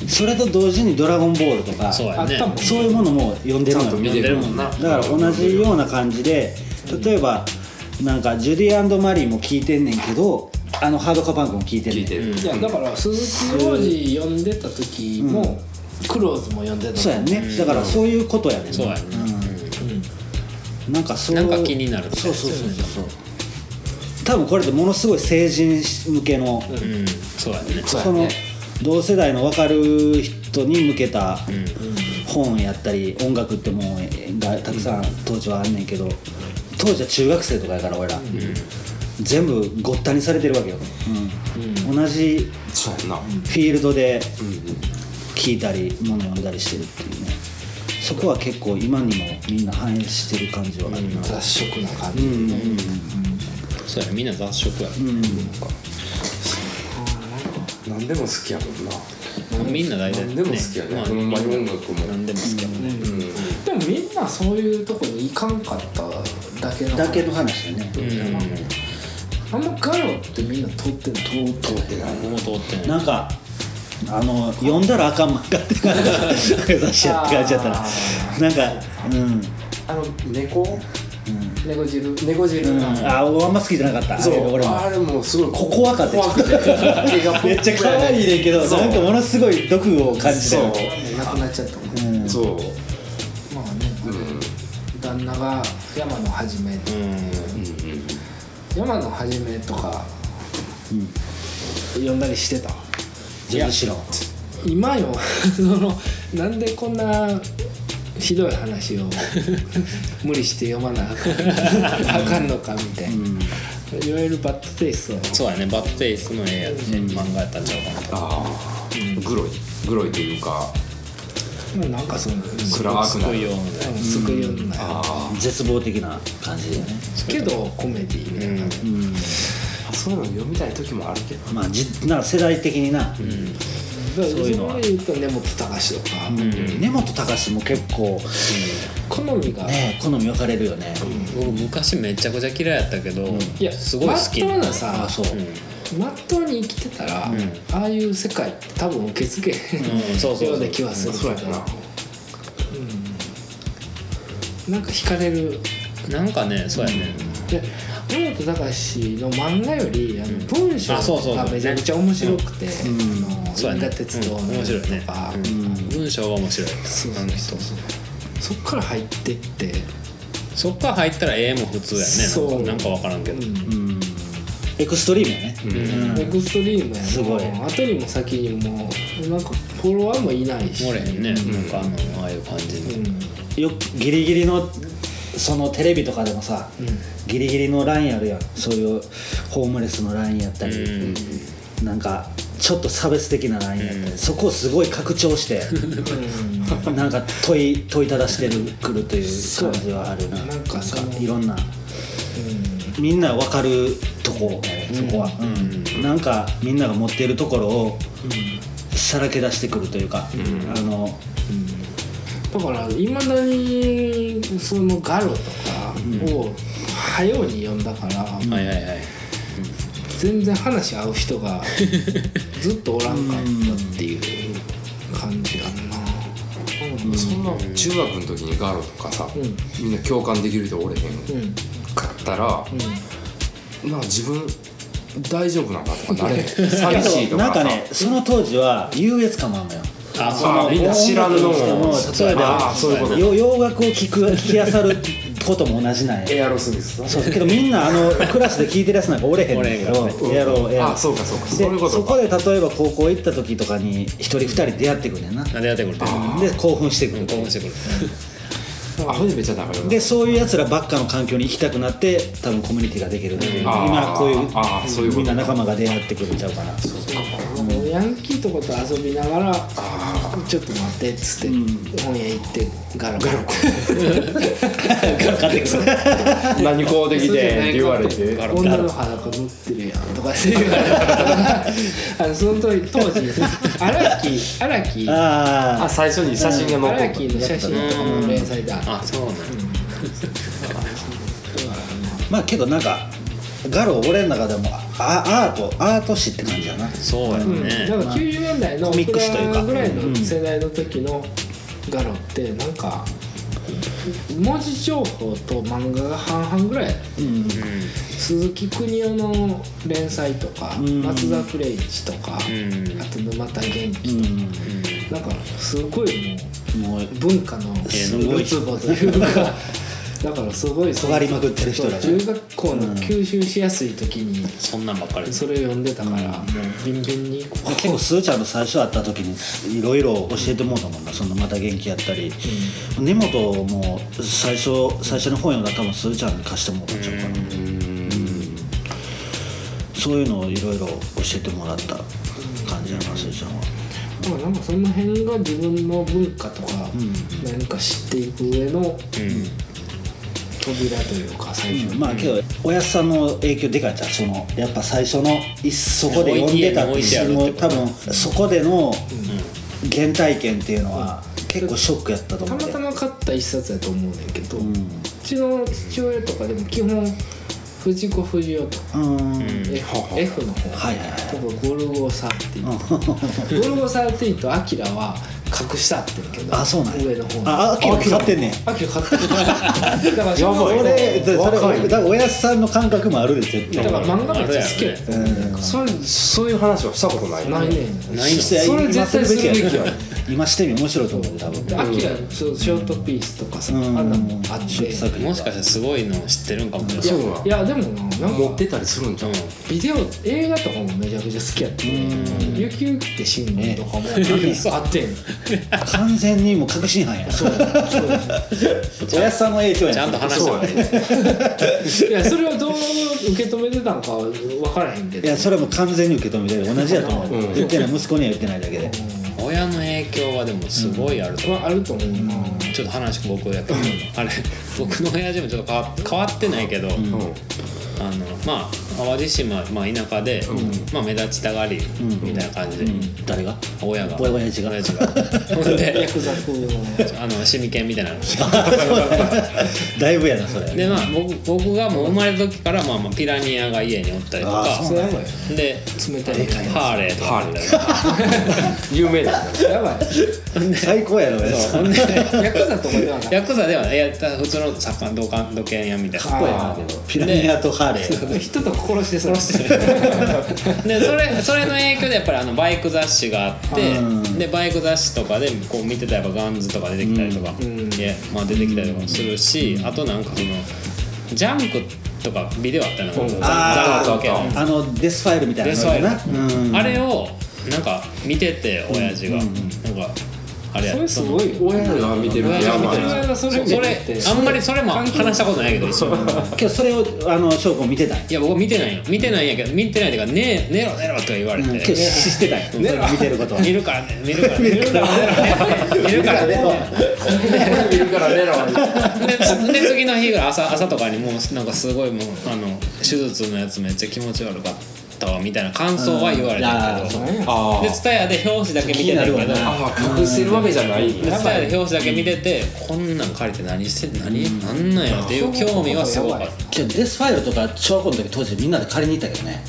Speaker 2: それと同時に「ドラゴンボール」とか
Speaker 3: そう
Speaker 4: あ
Speaker 3: や
Speaker 4: っ
Speaker 3: ね
Speaker 4: たもんね
Speaker 2: そういうものも読んでるのよ
Speaker 5: ちゃんと見てる
Speaker 3: もんな
Speaker 2: だから同じような感じで例えばなんかジュディマリーも聞いてんねんけどあのハードカパンクも聞いてんね
Speaker 5: 聞
Speaker 2: ん
Speaker 5: いてる、
Speaker 4: いやだから鈴木浩二読んでた時も、クローズも読んでた
Speaker 2: そうやんねだからそういうことやねん
Speaker 3: そうやね
Speaker 2: うんなんかそう
Speaker 3: なんか気になる
Speaker 2: そうそうそうそうそう多分これってものすごい成人向けの、
Speaker 3: うんそうやね
Speaker 5: そう
Speaker 2: そ
Speaker 5: や
Speaker 2: の
Speaker 5: ね
Speaker 2: 同世代の分かる人に向けた本やったり音楽ってもうがたくさん当時はあんねんけど当時は中学生とかやから俺ら、全部ごったにされてるわけよ、うん同じ
Speaker 5: そうやんな、
Speaker 2: フィールドで聴いたり物読んだりしてるっていうねそこは結構今にもみんな反映してる感じはあるな、
Speaker 4: 雑食な感じ、うんなんか
Speaker 3: そうやねみんな雑食やね
Speaker 5: 何でも好きやもんな
Speaker 3: みんな大体
Speaker 5: 何でも好きやね
Speaker 3: まあ
Speaker 5: ほんまに音楽も
Speaker 3: 何でも好きやね
Speaker 4: でもみんなそういうとこに行かんかっただけな
Speaker 2: だけの話だね、
Speaker 4: あんまガロってみんな通ってる通ってない
Speaker 3: 僕も通ってない
Speaker 2: なんかあの読んだらあかん漫画って感じだ雑誌やって感じやったら
Speaker 4: あ
Speaker 2: なんかうん
Speaker 5: あの猫
Speaker 4: 猫汁
Speaker 5: 猫汁
Speaker 2: うん、あ俺あんま好きじゃなかった
Speaker 5: そ
Speaker 2: あれ
Speaker 5: う
Speaker 2: 俺も
Speaker 5: あれもうすごい
Speaker 2: ここわかってちょっとめっちゃ可愛いねんけど
Speaker 5: そう
Speaker 2: なんかものすごい毒を感じたよ
Speaker 5: そ
Speaker 4: なくなっちゃったもんね
Speaker 2: うん
Speaker 5: そう
Speaker 4: まあね、旦那が山の初め、山の初めとか、読んだりしてた
Speaker 2: 全部知らん
Speaker 4: 今よそのなんでこんなひどい話を無理して読まなあかんあかんのかみたいな、いわゆるバッドテイストや
Speaker 3: そうやねバッドテイストの絵やね漫画やったんちゃうかな
Speaker 5: あーグロいグロいというか
Speaker 4: まあなんかそのす
Speaker 5: 暗くな
Speaker 3: そうい
Speaker 5: る
Speaker 3: うような
Speaker 4: うん救いような
Speaker 5: あ
Speaker 2: 絶望的な感じでね
Speaker 4: けどコメディみたいな、
Speaker 5: ーそういうの読みたい時もあるけど
Speaker 2: まあじなんか世代的にな、
Speaker 4: だから自分で言うと根本隆とか、
Speaker 2: 根本隆も結構、
Speaker 4: 好みが、
Speaker 2: ね好み分かれるよね、
Speaker 3: 僕昔めちゃくちゃ嫌いやったけど
Speaker 4: いや
Speaker 3: すごい好き
Speaker 4: 真っ当な
Speaker 2: あ
Speaker 4: さ
Speaker 2: あそう、
Speaker 4: まっとうに生きてたら、ああいう世界って多分受け付けへん、
Speaker 3: うんそうそうそう
Speaker 4: ような気はする
Speaker 5: そうや
Speaker 4: けど、
Speaker 5: な
Speaker 4: なんか惹かれる
Speaker 3: なんかねそうやね
Speaker 4: で根本隆の漫画よりあの文章
Speaker 3: あそうそうそ
Speaker 4: が
Speaker 3: う
Speaker 4: めちゃくちゃ面白くてあの
Speaker 3: そうやね
Speaker 4: 銀河鉄道の
Speaker 3: うん面白いね
Speaker 4: とか
Speaker 3: 文章が面白い
Speaker 4: そう
Speaker 3: あ
Speaker 4: そう
Speaker 3: の
Speaker 4: そ
Speaker 3: 人
Speaker 4: うそっから入ってって
Speaker 3: そっから入ったら絵も普通や
Speaker 4: そ
Speaker 3: ね
Speaker 4: う
Speaker 3: なんか分からんけど
Speaker 2: うんエクストリームやね、
Speaker 4: エクストリームや
Speaker 2: すごい
Speaker 4: もう後にも先にもなんかフォロワーもいないし
Speaker 3: 漏れへんねなんかあのああいう感じ
Speaker 4: う
Speaker 3: に
Speaker 4: ん
Speaker 2: よギリギリのそのテレビとかでもさ、ギリギリのラインあるやんそういうホームレスのラインやったり、なんかちょっと差別的なラインやったり、そこをすごい拡張してなんか問い問いただしてるくるという感じはあるな
Speaker 4: なんかその
Speaker 2: いろんな、みんな分かるとこやねそこは、うんなんかみんなが持っているところを、さらけ出してくるというか、あの
Speaker 4: だからいまだにそのガロとかを早うに読んだから、
Speaker 3: はいはいはい
Speaker 4: 全然話合う人がずっとおらんかったっていう感じやんな
Speaker 5: そんな中学の時にガロとかさ、みんな共感できる人おれへ
Speaker 4: うんん
Speaker 5: かったら、なんか自分大丈夫なんかとかなれへん
Speaker 2: け
Speaker 5: [LAUGHS] 寂しい
Speaker 2: ど
Speaker 5: と
Speaker 2: な
Speaker 5: か
Speaker 2: ん
Speaker 5: さ
Speaker 2: かねその当時は優越感もあるのよ
Speaker 3: あそ
Speaker 5: あ
Speaker 3: の
Speaker 5: みんな知らんのも
Speaker 2: 例えば
Speaker 5: あーそういうこと
Speaker 2: よ洋楽を聴く聞き漁ることも同じなんや
Speaker 5: エアロスミス
Speaker 2: そうけどみんなあのクラスで聞いてるやつなんか折れへんねんけ
Speaker 3: 折れへん
Speaker 2: ど
Speaker 3: か
Speaker 2: エアロエアロ
Speaker 5: あそうかそうか
Speaker 2: で
Speaker 5: そういうこと
Speaker 2: そこ
Speaker 5: か
Speaker 2: で例えば高校行った時とかに一人二人出会ってくるねんな
Speaker 3: あ出会ってくる興
Speaker 2: で興奮してくる、
Speaker 3: 奮してくる
Speaker 5: あほんでめっちゃ仲良くなる
Speaker 2: でそういうやつらばっかの環境に行きたくなって多分コミュニティができるんで、
Speaker 5: あー
Speaker 2: 今こういう
Speaker 5: あーそういうこと
Speaker 2: みんな仲間が出会ってくるんちゃうかな
Speaker 4: もうヤンキーとこと遊びながらちょっと待ってっつって本屋行ってガラガラ
Speaker 2: 買ってくる
Speaker 5: 何こうできてって言われて
Speaker 4: 女の裸塗ってるやんとかって言われてあのその当時当時荒木荒木
Speaker 2: あ
Speaker 5: あ最初に写真が
Speaker 4: 荒
Speaker 5: 残
Speaker 4: 木
Speaker 5: っ
Speaker 4: の写真とかも連載だ
Speaker 3: あそうなんや
Speaker 2: あまあけどなんかガロ俺の中でもあアートアート誌って感じやな
Speaker 3: そうや
Speaker 4: な
Speaker 3: ね
Speaker 4: んか90年代の
Speaker 2: コミックスというか
Speaker 4: 僕らぐらいの世代の時のガロってなんか文字情報と漫画が半々ぐらい
Speaker 2: うん
Speaker 4: 鈴木邦夫の連載とか
Speaker 2: ん
Speaker 4: 松田クレイチとかあ
Speaker 3: ん
Speaker 4: と沼田元気
Speaker 2: う
Speaker 4: なんかすごいも
Speaker 2: んもう
Speaker 4: う文化の
Speaker 2: すごい
Speaker 4: ルツボというか [LAUGHS] だからすごいその
Speaker 2: 尖りまくってる人らが
Speaker 4: 中学校の吸収しやすい時に
Speaker 3: そんなんばっかり
Speaker 4: それを読んでたからもうビンビンにこう
Speaker 2: 結構すーちゃんと最初会った時にいろいろ教えてもらったもんなそのまた元気やったり、根本も最初最初の本読んだら多分すーちゃんに貸してもらっちゃうから、そういうのをいろいろ教えてもらった感じやなすーちゃんは
Speaker 4: まあなんかその辺が自分の文化とか何か知っていく上の扉というか最初
Speaker 2: まあけどおやすさんの影響でかいじゃんそのやっぱ最初のいそこで読んでたっていうもう多分そこでの原体験っていうのは結構ショックやったと思
Speaker 4: た
Speaker 2: う
Speaker 4: ま
Speaker 2: んで
Speaker 4: たま買った一冊やと思うねんけど、うちの父親とかでも基本藤子不二雄とか、
Speaker 2: うんはい
Speaker 4: F, F の方、
Speaker 2: はいはい
Speaker 4: 多分ゴルゴ13ゴルゴ13とアキラは隠したってんけど
Speaker 2: あそうなんや
Speaker 4: 上の方に
Speaker 2: あアキラ買ってんねん
Speaker 4: アキラ買っ
Speaker 2: [LAUGHS]
Speaker 4: てるだからその
Speaker 5: やばい
Speaker 2: 俺それ
Speaker 5: 若い
Speaker 2: だからおやすさんの感覚もあるで絶
Speaker 4: だ
Speaker 2: 対
Speaker 4: から漫画めっちゃ好きやったよね
Speaker 5: それそういう話はしたことない
Speaker 4: ないね
Speaker 3: ないの
Speaker 2: して
Speaker 5: それ
Speaker 2: 今
Speaker 5: 絶対するべきやね
Speaker 2: 今してみ面白いと思うよ多分
Speaker 4: アキラのショートピースとかさ、あんなもんあって
Speaker 2: 出作品
Speaker 3: もしかしたらすごいの知ってるんかもね
Speaker 5: そう
Speaker 4: いやでもななん
Speaker 5: 持っ
Speaker 4: か
Speaker 5: てたりするんじゃん
Speaker 4: ビデオ映画とかもめちゃくちゃ好きやって「ゆきゆき」って新聞とかもあってん
Speaker 2: 完全にもう確信犯や
Speaker 4: そう
Speaker 2: [LAUGHS]
Speaker 4: そう
Speaker 2: おやすさんの影響や
Speaker 3: ちゃんと話して
Speaker 5: そう
Speaker 3: もら
Speaker 5: やね
Speaker 4: いやそれはどう受け止めてたのかは分からへんけ
Speaker 2: い
Speaker 4: ど
Speaker 2: やそれはもう完全に受け止めてる同じやと思う、
Speaker 5: うん
Speaker 2: 言ってない息子には言ってないだけで、
Speaker 3: 親の影響はでもすごいあると思う
Speaker 4: まああると思うな
Speaker 3: ちょっと話僕やけどあれ [LAUGHS] 僕の親父もちょっと変わ変わってないけど、あのまあ淡路島、まあ、田舎で、まあ、目立ちたがりみたいな感じで、
Speaker 2: 誰が
Speaker 3: 親が
Speaker 2: 親親父が
Speaker 3: 親父がほんで
Speaker 4: ヤクザ風の
Speaker 3: あのシミケンみたいなの
Speaker 2: [LAUGHS] だいぶやなそれ
Speaker 3: でまあ僕僕がもう生まれた時から、まあ、まあピラニアが家におったりと
Speaker 2: あ
Speaker 3: か
Speaker 2: ー
Speaker 4: それやばい
Speaker 3: で
Speaker 4: 冷たい
Speaker 3: ハーレーとか
Speaker 5: 有名だ
Speaker 4: やば
Speaker 2: 最高やろ親父さん
Speaker 3: ほんで
Speaker 4: いヤクザとかではない
Speaker 3: ヤクザではないいや普通の作家土管土建屋みたいな
Speaker 4: あ
Speaker 2: ピラニアとハーレー
Speaker 4: ー人と殺して殺して
Speaker 3: でそれそれの影響でやっぱりあのバイク雑誌があって、
Speaker 2: うん
Speaker 3: でバイク雑誌とかでこう見てたらやっぱガンズとか出てきたりとか、
Speaker 4: ん
Speaker 3: いやまあ、出てきたりとかもするし、あとなんかそのジャンクとかビデオあったの、ザ
Speaker 2: あー
Speaker 3: ザワ系
Speaker 2: あのデスファイルみたいな
Speaker 3: デス
Speaker 2: の
Speaker 3: ファイル
Speaker 2: なうん
Speaker 3: あれをなんか見てて親父が、なんかあれや
Speaker 4: それすごいよ
Speaker 5: 親が見てるってやばいな
Speaker 4: 親がそれ見
Speaker 3: そ
Speaker 4: て
Speaker 3: れ
Speaker 4: て
Speaker 3: あんまりそれも話したことないけど一緒に
Speaker 2: けどそれをあの翔子見てたんや
Speaker 3: いや僕は見てないよ見てないんやけど見てないっていうか「ねえ寝ろ寝ろ」とか言われて、
Speaker 2: うんけど知ってたんやそれ見てること
Speaker 3: [LAUGHS]
Speaker 2: は
Speaker 3: 見るからね見るからね見るからね見るからね
Speaker 5: 見るから
Speaker 3: で
Speaker 5: ね
Speaker 3: で次の日が朝朝とかにもうなんかすごいもうあの手術のやつめっちゃ気持ち悪かったわみたいな感想は言われたけど、
Speaker 4: 何や
Speaker 5: あ
Speaker 3: で蔦屋で表紙だけ見てたけど
Speaker 2: 気になるわ
Speaker 5: ああ隠してるわけじゃないんや
Speaker 3: 蔦屋で表紙だけ見ててこんなん借りて何して何なんなんやろっていう興味はすごかった
Speaker 2: けどデスファイルとか小学校の時当時みんなで借りに行ったけどね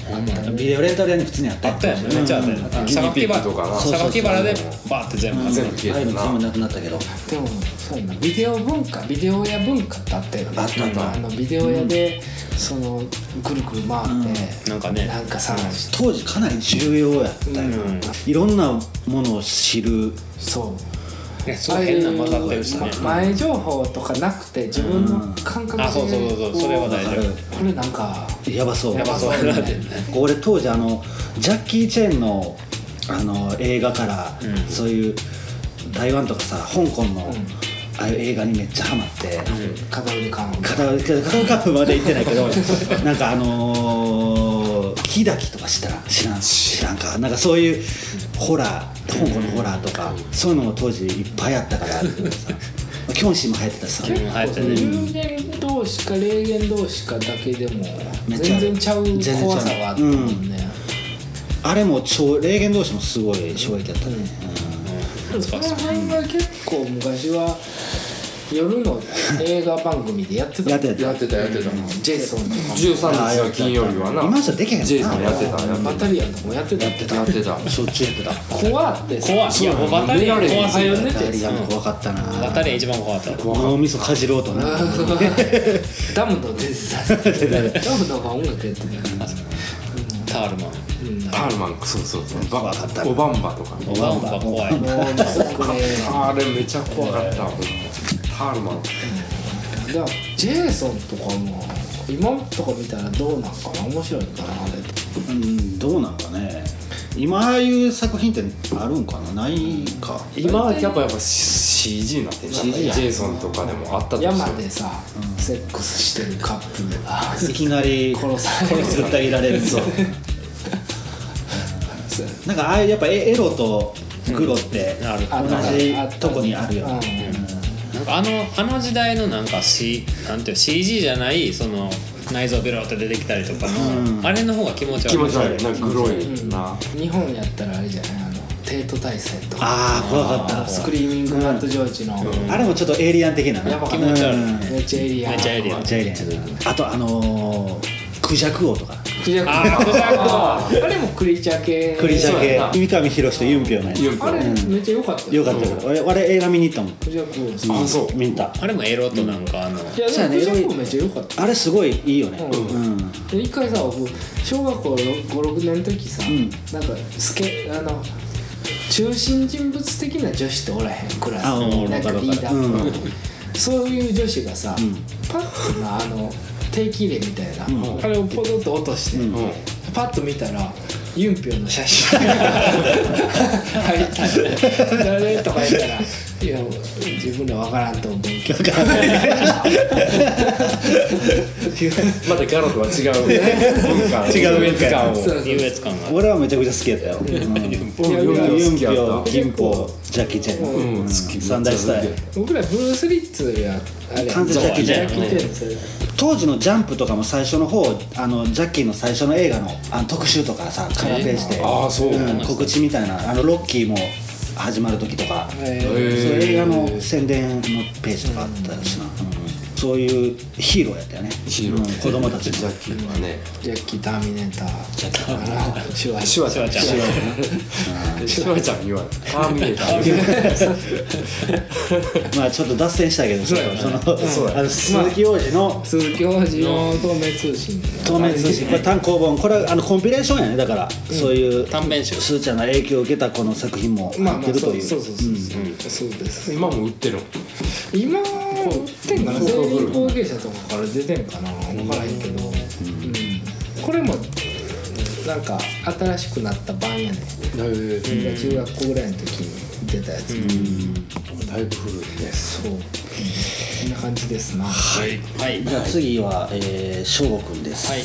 Speaker 2: ビデオレンタル屋に普通にあった
Speaker 3: あったよねめっちゃあったよね
Speaker 5: うん
Speaker 3: 榊
Speaker 5: ギニピッ
Speaker 3: 原
Speaker 5: クとかな
Speaker 3: 榊原でバーって全部集め
Speaker 5: 全
Speaker 3: て
Speaker 5: 部
Speaker 2: フ
Speaker 5: 消え
Speaker 2: ァイル
Speaker 5: てる
Speaker 2: も全
Speaker 5: な
Speaker 2: 部なくなったけど
Speaker 4: でもそ確かになビデオ文化ビデオ屋文化ってあったよね
Speaker 2: あったあった
Speaker 4: あのビデオ屋で、そのぐるぐる回って、
Speaker 3: なんかね
Speaker 4: なんかさ、
Speaker 2: 当時かなり重要やったよ、
Speaker 3: うん
Speaker 2: いろんなものを知る
Speaker 4: そう
Speaker 3: ねそう変な混ざったりしたね
Speaker 4: ま前情報とかなくて自分の感覚で、
Speaker 3: あそうそうそうそうそれは大
Speaker 2: あ
Speaker 3: 丈
Speaker 2: れ
Speaker 3: 夫
Speaker 4: これなんか
Speaker 2: やばそう
Speaker 3: やばそうだってね
Speaker 2: 俺当時あのジャッキー・チェンのあの映画から、
Speaker 3: うん
Speaker 2: そういう台湾とかさ香港の、
Speaker 4: ん
Speaker 2: ああいう映画にめっちゃハマって、
Speaker 4: 片腕感を
Speaker 2: 片腕片腕カップまで行ってない [LAUGHS] けどなんかあのー、木だきとか知ったら知らん知らんかなんかそういうホラー香港のホラーとか、そういうのも当時いっぱいあったから [LAUGHS] さキョンシーも流行ってたしさ
Speaker 3: うん流行ってね
Speaker 4: 流言同士か霊言同士かだけでも
Speaker 2: めっちゃある
Speaker 4: 全然ちゃう
Speaker 2: 全然ちゃう
Speaker 4: 怖さがあったもんね、
Speaker 2: あれも超霊言同士もすごい衝撃だったね、
Speaker 4: その辺が結構昔は夜の映画番組でやっ
Speaker 2: う
Speaker 4: て
Speaker 2: ん
Speaker 4: た
Speaker 2: やってた
Speaker 5: やってたやってた
Speaker 4: ジェイソンとか
Speaker 5: 13日は金曜日はな
Speaker 2: 今じゃできへんな
Speaker 5: ジェイソンやってたや
Speaker 4: もバ
Speaker 5: って
Speaker 4: タリアンとかもやってた
Speaker 2: やって
Speaker 5: た
Speaker 2: た
Speaker 5: やってた
Speaker 2: しょっちゅうやってた
Speaker 4: 怖ってさ
Speaker 3: 怖いいやもうバタリアン怖さよね
Speaker 2: バタリアン
Speaker 3: う
Speaker 2: 怖かったなん
Speaker 3: バタリアン一番怖かった
Speaker 2: 脳みそかじろうとな
Speaker 4: [LAUGHS] ダムの伝説ダムのが音楽やってたから
Speaker 3: タールマン
Speaker 5: パールマンそうそうそう
Speaker 2: 怖かった
Speaker 5: オバンバとか
Speaker 3: ワンバ怖い
Speaker 4: もうなんかこれ
Speaker 5: あれめちゃ怖かったパールマン
Speaker 4: だからジェイソンとかも今とか見たらどうなんかな面白いのかなあれ
Speaker 2: うんどうなんかね今ああいう作品ってあるんかなないか
Speaker 5: 今はやっぱやっぱ CG になってんじゃん
Speaker 2: CG や
Speaker 5: ジェイソンとかでもあったとしても
Speaker 4: 山でさ、セックスしてるカップルが
Speaker 2: いきなり
Speaker 4: 殺される
Speaker 2: 殺ってあげられるそう [LAUGHS] なんかああいうやっぱエエロとグロって
Speaker 3: うんある
Speaker 4: あった
Speaker 2: 同じとこにあるよ
Speaker 4: う
Speaker 2: ね
Speaker 4: ん
Speaker 3: なんかあのあの時代のなんか、C、なんていう CG じゃないその内臓ベロって出てきたりとかの、
Speaker 2: うん
Speaker 3: あれの方が気持ち悪い
Speaker 5: 気持ち悪いなグロいな
Speaker 4: 日本やったらあれじゃないあの帝都大戦とか
Speaker 2: ああ怖かった
Speaker 4: スクリーミングマットジョージの、
Speaker 2: あれもちょっとエイリアン的なな
Speaker 4: やばかった
Speaker 2: うん
Speaker 3: 気持ち悪い
Speaker 2: め
Speaker 4: めっちゃエイリアン
Speaker 3: めっちゃエイリアン
Speaker 2: っちゃエイリアンあとあのー、クジャク王とか
Speaker 4: クジャク
Speaker 3: あークジャク
Speaker 4: あれもクリーチャー系
Speaker 2: クリジャ
Speaker 5: そうや
Speaker 2: 系
Speaker 5: な
Speaker 2: 三上博史とユンピョウのや
Speaker 5: ユン
Speaker 2: つ
Speaker 5: ピ
Speaker 4: あれめっちゃ良かった
Speaker 2: よかったけど俺俺映画見に行ったもん
Speaker 4: クジャク王
Speaker 5: あそう
Speaker 2: 見に行った
Speaker 3: あれもエロとなんかあの、
Speaker 4: いや
Speaker 2: そうや
Speaker 4: でも
Speaker 2: ね
Speaker 4: クジャク王めっちゃ良かった
Speaker 2: あれすごいいいよね
Speaker 4: うん
Speaker 2: うん
Speaker 4: で一回さ僕小学校56年の時さ、
Speaker 2: ん
Speaker 4: なんかスケあの中心人物的な女子っておらへんクラス
Speaker 2: あうん
Speaker 4: なんかリーダー、
Speaker 2: わかるわかる
Speaker 4: そういう女子がさ、パッとなあの定期入れみたいな、あれをポトッと落として、
Speaker 5: うん
Speaker 4: パッと見たらユンピョンの写真入ったんで誰とか言ったら「いや自分ら分からんと思うけど」
Speaker 5: またガロとは違う文化
Speaker 2: 違う文化
Speaker 5: 感を
Speaker 4: そう
Speaker 3: 優越感がある
Speaker 2: 俺はめちゃくちゃ好きやった
Speaker 5: [LAUGHS]
Speaker 2: ようん
Speaker 5: ユンピョウ
Speaker 2: ユンピ
Speaker 5: 好きやった
Speaker 2: ョウ金峰ジャッキー・チェン
Speaker 5: うん好き
Speaker 2: 三大スタイル
Speaker 4: 僕らブルース・リッツやあれ
Speaker 2: 完全ジャッキーチェン
Speaker 4: ジャッキーチェンですよ
Speaker 2: 当時のジャンプとかも最初の方あのジャッキーの最初の映画のあの特集とかさカラーページで
Speaker 5: ああそう
Speaker 2: うん告知みたいなあのロッキーも始まる時とか
Speaker 4: え
Speaker 2: そう
Speaker 4: ー
Speaker 2: いう映画の宣伝のページとかあったしなうんそういうヒーローやったよね
Speaker 5: ヒーロー
Speaker 2: うん子供たち
Speaker 5: ジ
Speaker 2: の
Speaker 5: ャッキーはね
Speaker 4: ジャッキー・ターミネーターあのシュワ
Speaker 5: シュワ
Speaker 3: シ
Speaker 5: ち
Speaker 3: ュワ
Speaker 5: ゃん
Speaker 3: ちゃん
Speaker 5: シュワちゃん言わないターミネーター
Speaker 2: まあちょっと脱線したけどそのあの鈴木王子の
Speaker 4: 鈴木王子の透明通信
Speaker 2: 透明通信これ単行本これはあのコンピレーションやねだから、そういう
Speaker 3: 短編集
Speaker 2: すーちゃんの影響を受けたこの作品も
Speaker 4: まあ
Speaker 2: 入っ
Speaker 4: ま
Speaker 2: て
Speaker 4: あ
Speaker 2: ると
Speaker 4: そ
Speaker 2: いうう
Speaker 4: そうそうそうそうです
Speaker 5: 今も売ってるの
Speaker 4: 今てんかな
Speaker 5: そう
Speaker 4: 製品後継者とかから出てんかな分からへんけどうんこれもなんか新しくなった版やね中学校ぐらいの時に出たやつ
Speaker 5: だいぶ古いね
Speaker 4: そううんこんな感じですな
Speaker 3: はいはい
Speaker 2: じゃあ次は、えー、翔吾くんです、
Speaker 3: はい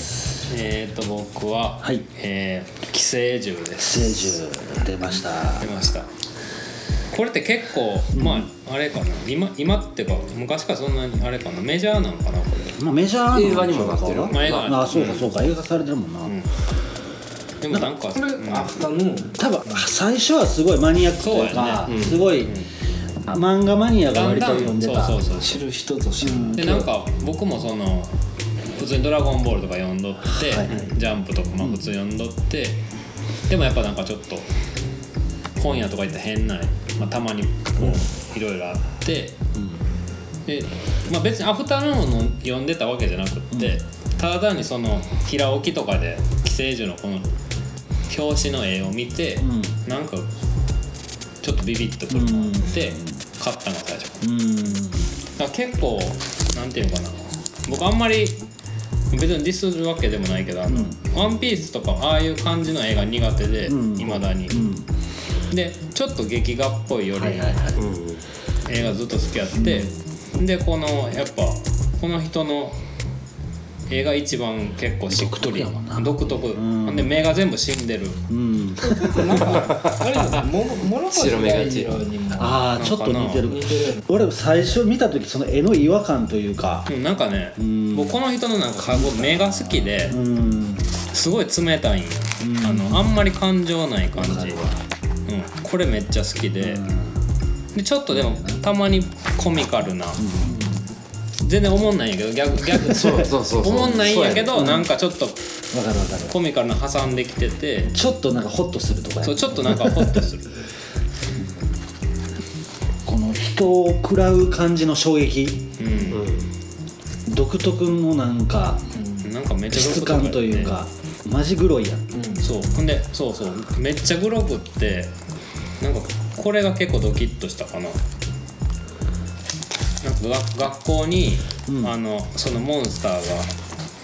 Speaker 3: えー、っと僕は、
Speaker 2: はい
Speaker 3: えー寄生獣です
Speaker 2: 聖獣出ました
Speaker 3: 出ましたこれって結構、まああれかな今今ってか昔からそんなにあれかなメジャーなのかなこれ
Speaker 2: まあメジャーの
Speaker 5: 映画にもなってる
Speaker 2: あ
Speaker 3: まあ映画
Speaker 2: あそうかそうか映画されてるもんな、
Speaker 3: でもなんか
Speaker 4: これ
Speaker 3: うん
Speaker 4: アフタヌーン
Speaker 2: 多分最初はすごいマニアックというか
Speaker 3: そうやね
Speaker 2: すごい、漫画マニアが
Speaker 3: だん
Speaker 2: 割と
Speaker 3: だん
Speaker 2: 読んで
Speaker 3: そう
Speaker 2: た
Speaker 3: そうそう
Speaker 4: 知る人ぞ知る
Speaker 3: でなんか僕もその普通に「ドラゴンボール」とか読んどって、
Speaker 2: はいはい
Speaker 3: ジャンプとかまあ普通読んどって、でもやっぱなんかちょっと本屋とか行ったら変な、まあ、たまにこういろいろあって、でまあ、別にアフタヌーンを読んでたわけじゃなくって、ただ単にその平置きとかで寄生獣のこの表紙の絵を見て、
Speaker 2: う
Speaker 3: なんかちょっとビビッとくるのがあって、買ったのが最初だから結構なんていうのかな僕あんまり別にディスるわけでもないけど「あのワンピースとかああいう感じの映画苦手でいま、
Speaker 2: ん
Speaker 3: 未だに、でちょっと劇画っぽいより、映画ずっと好きやって、でこのやっぱこの人の映画一番結構しっくり独特独特、ほん、で目が全部死んでる
Speaker 2: うん
Speaker 4: なんかあれだねも物干し
Speaker 5: 白目が
Speaker 4: 大
Speaker 5: ち
Speaker 4: 二郎にも
Speaker 2: ああちょっと似てる
Speaker 4: 似てるよね
Speaker 2: 俺最初見た時その絵の違和感というか
Speaker 3: うんなんかね、
Speaker 2: ん
Speaker 3: 僕この人のなんか目が好きで、
Speaker 2: うん
Speaker 3: すごい冷たいんよ、あのあんまり感情ない感じ、うん、これめっちゃ好きで,、でちょっとでもたまにコミカルな、全然おもんないんやけどギャグギャグ
Speaker 5: そうそうそうそう
Speaker 3: おもんないんやけどなんかちょっと
Speaker 2: わかるわかる
Speaker 3: コミカルな挟んできてて
Speaker 2: ちょっとなんかホッとするとかや
Speaker 3: そうちょっとなんかホッとする
Speaker 2: この人を食らう感じの衝撃
Speaker 3: う
Speaker 2: 独特のなんか
Speaker 3: んなんかめっちゃ
Speaker 2: 質
Speaker 3: グロく
Speaker 2: 感というかマジグロいやん
Speaker 3: そうほんでそうそうめっちゃグロくってなんかこれが結構ドキッとしたかななんか学学校に、あのそのモンスターが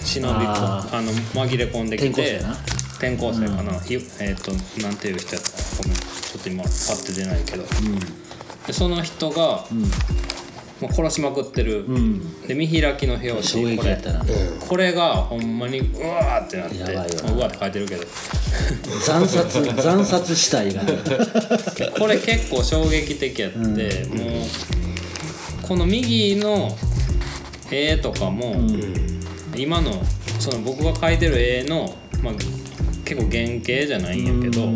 Speaker 3: 忍びこ
Speaker 2: あ
Speaker 3: あの紛れ込んでき
Speaker 2: 転校生
Speaker 3: て
Speaker 2: やな
Speaker 3: 転校生かな、いえっ、となんていう人やったかなごめんちょっと今パッて出ないけど、でその人が、もう殺しまくってる、で見開きの表紙
Speaker 2: 衝撃やったな
Speaker 3: これこれがほんまにうわーってなって
Speaker 2: やばいよな
Speaker 3: まあうわーって書いてるけど
Speaker 2: 惨殺
Speaker 3: [LAUGHS]
Speaker 2: 惨殺死体がね
Speaker 3: これ結構衝撃的やって、もうこの右の絵とかも、今のその僕が描いてる絵の、まあ、結構原型じゃないんやけど、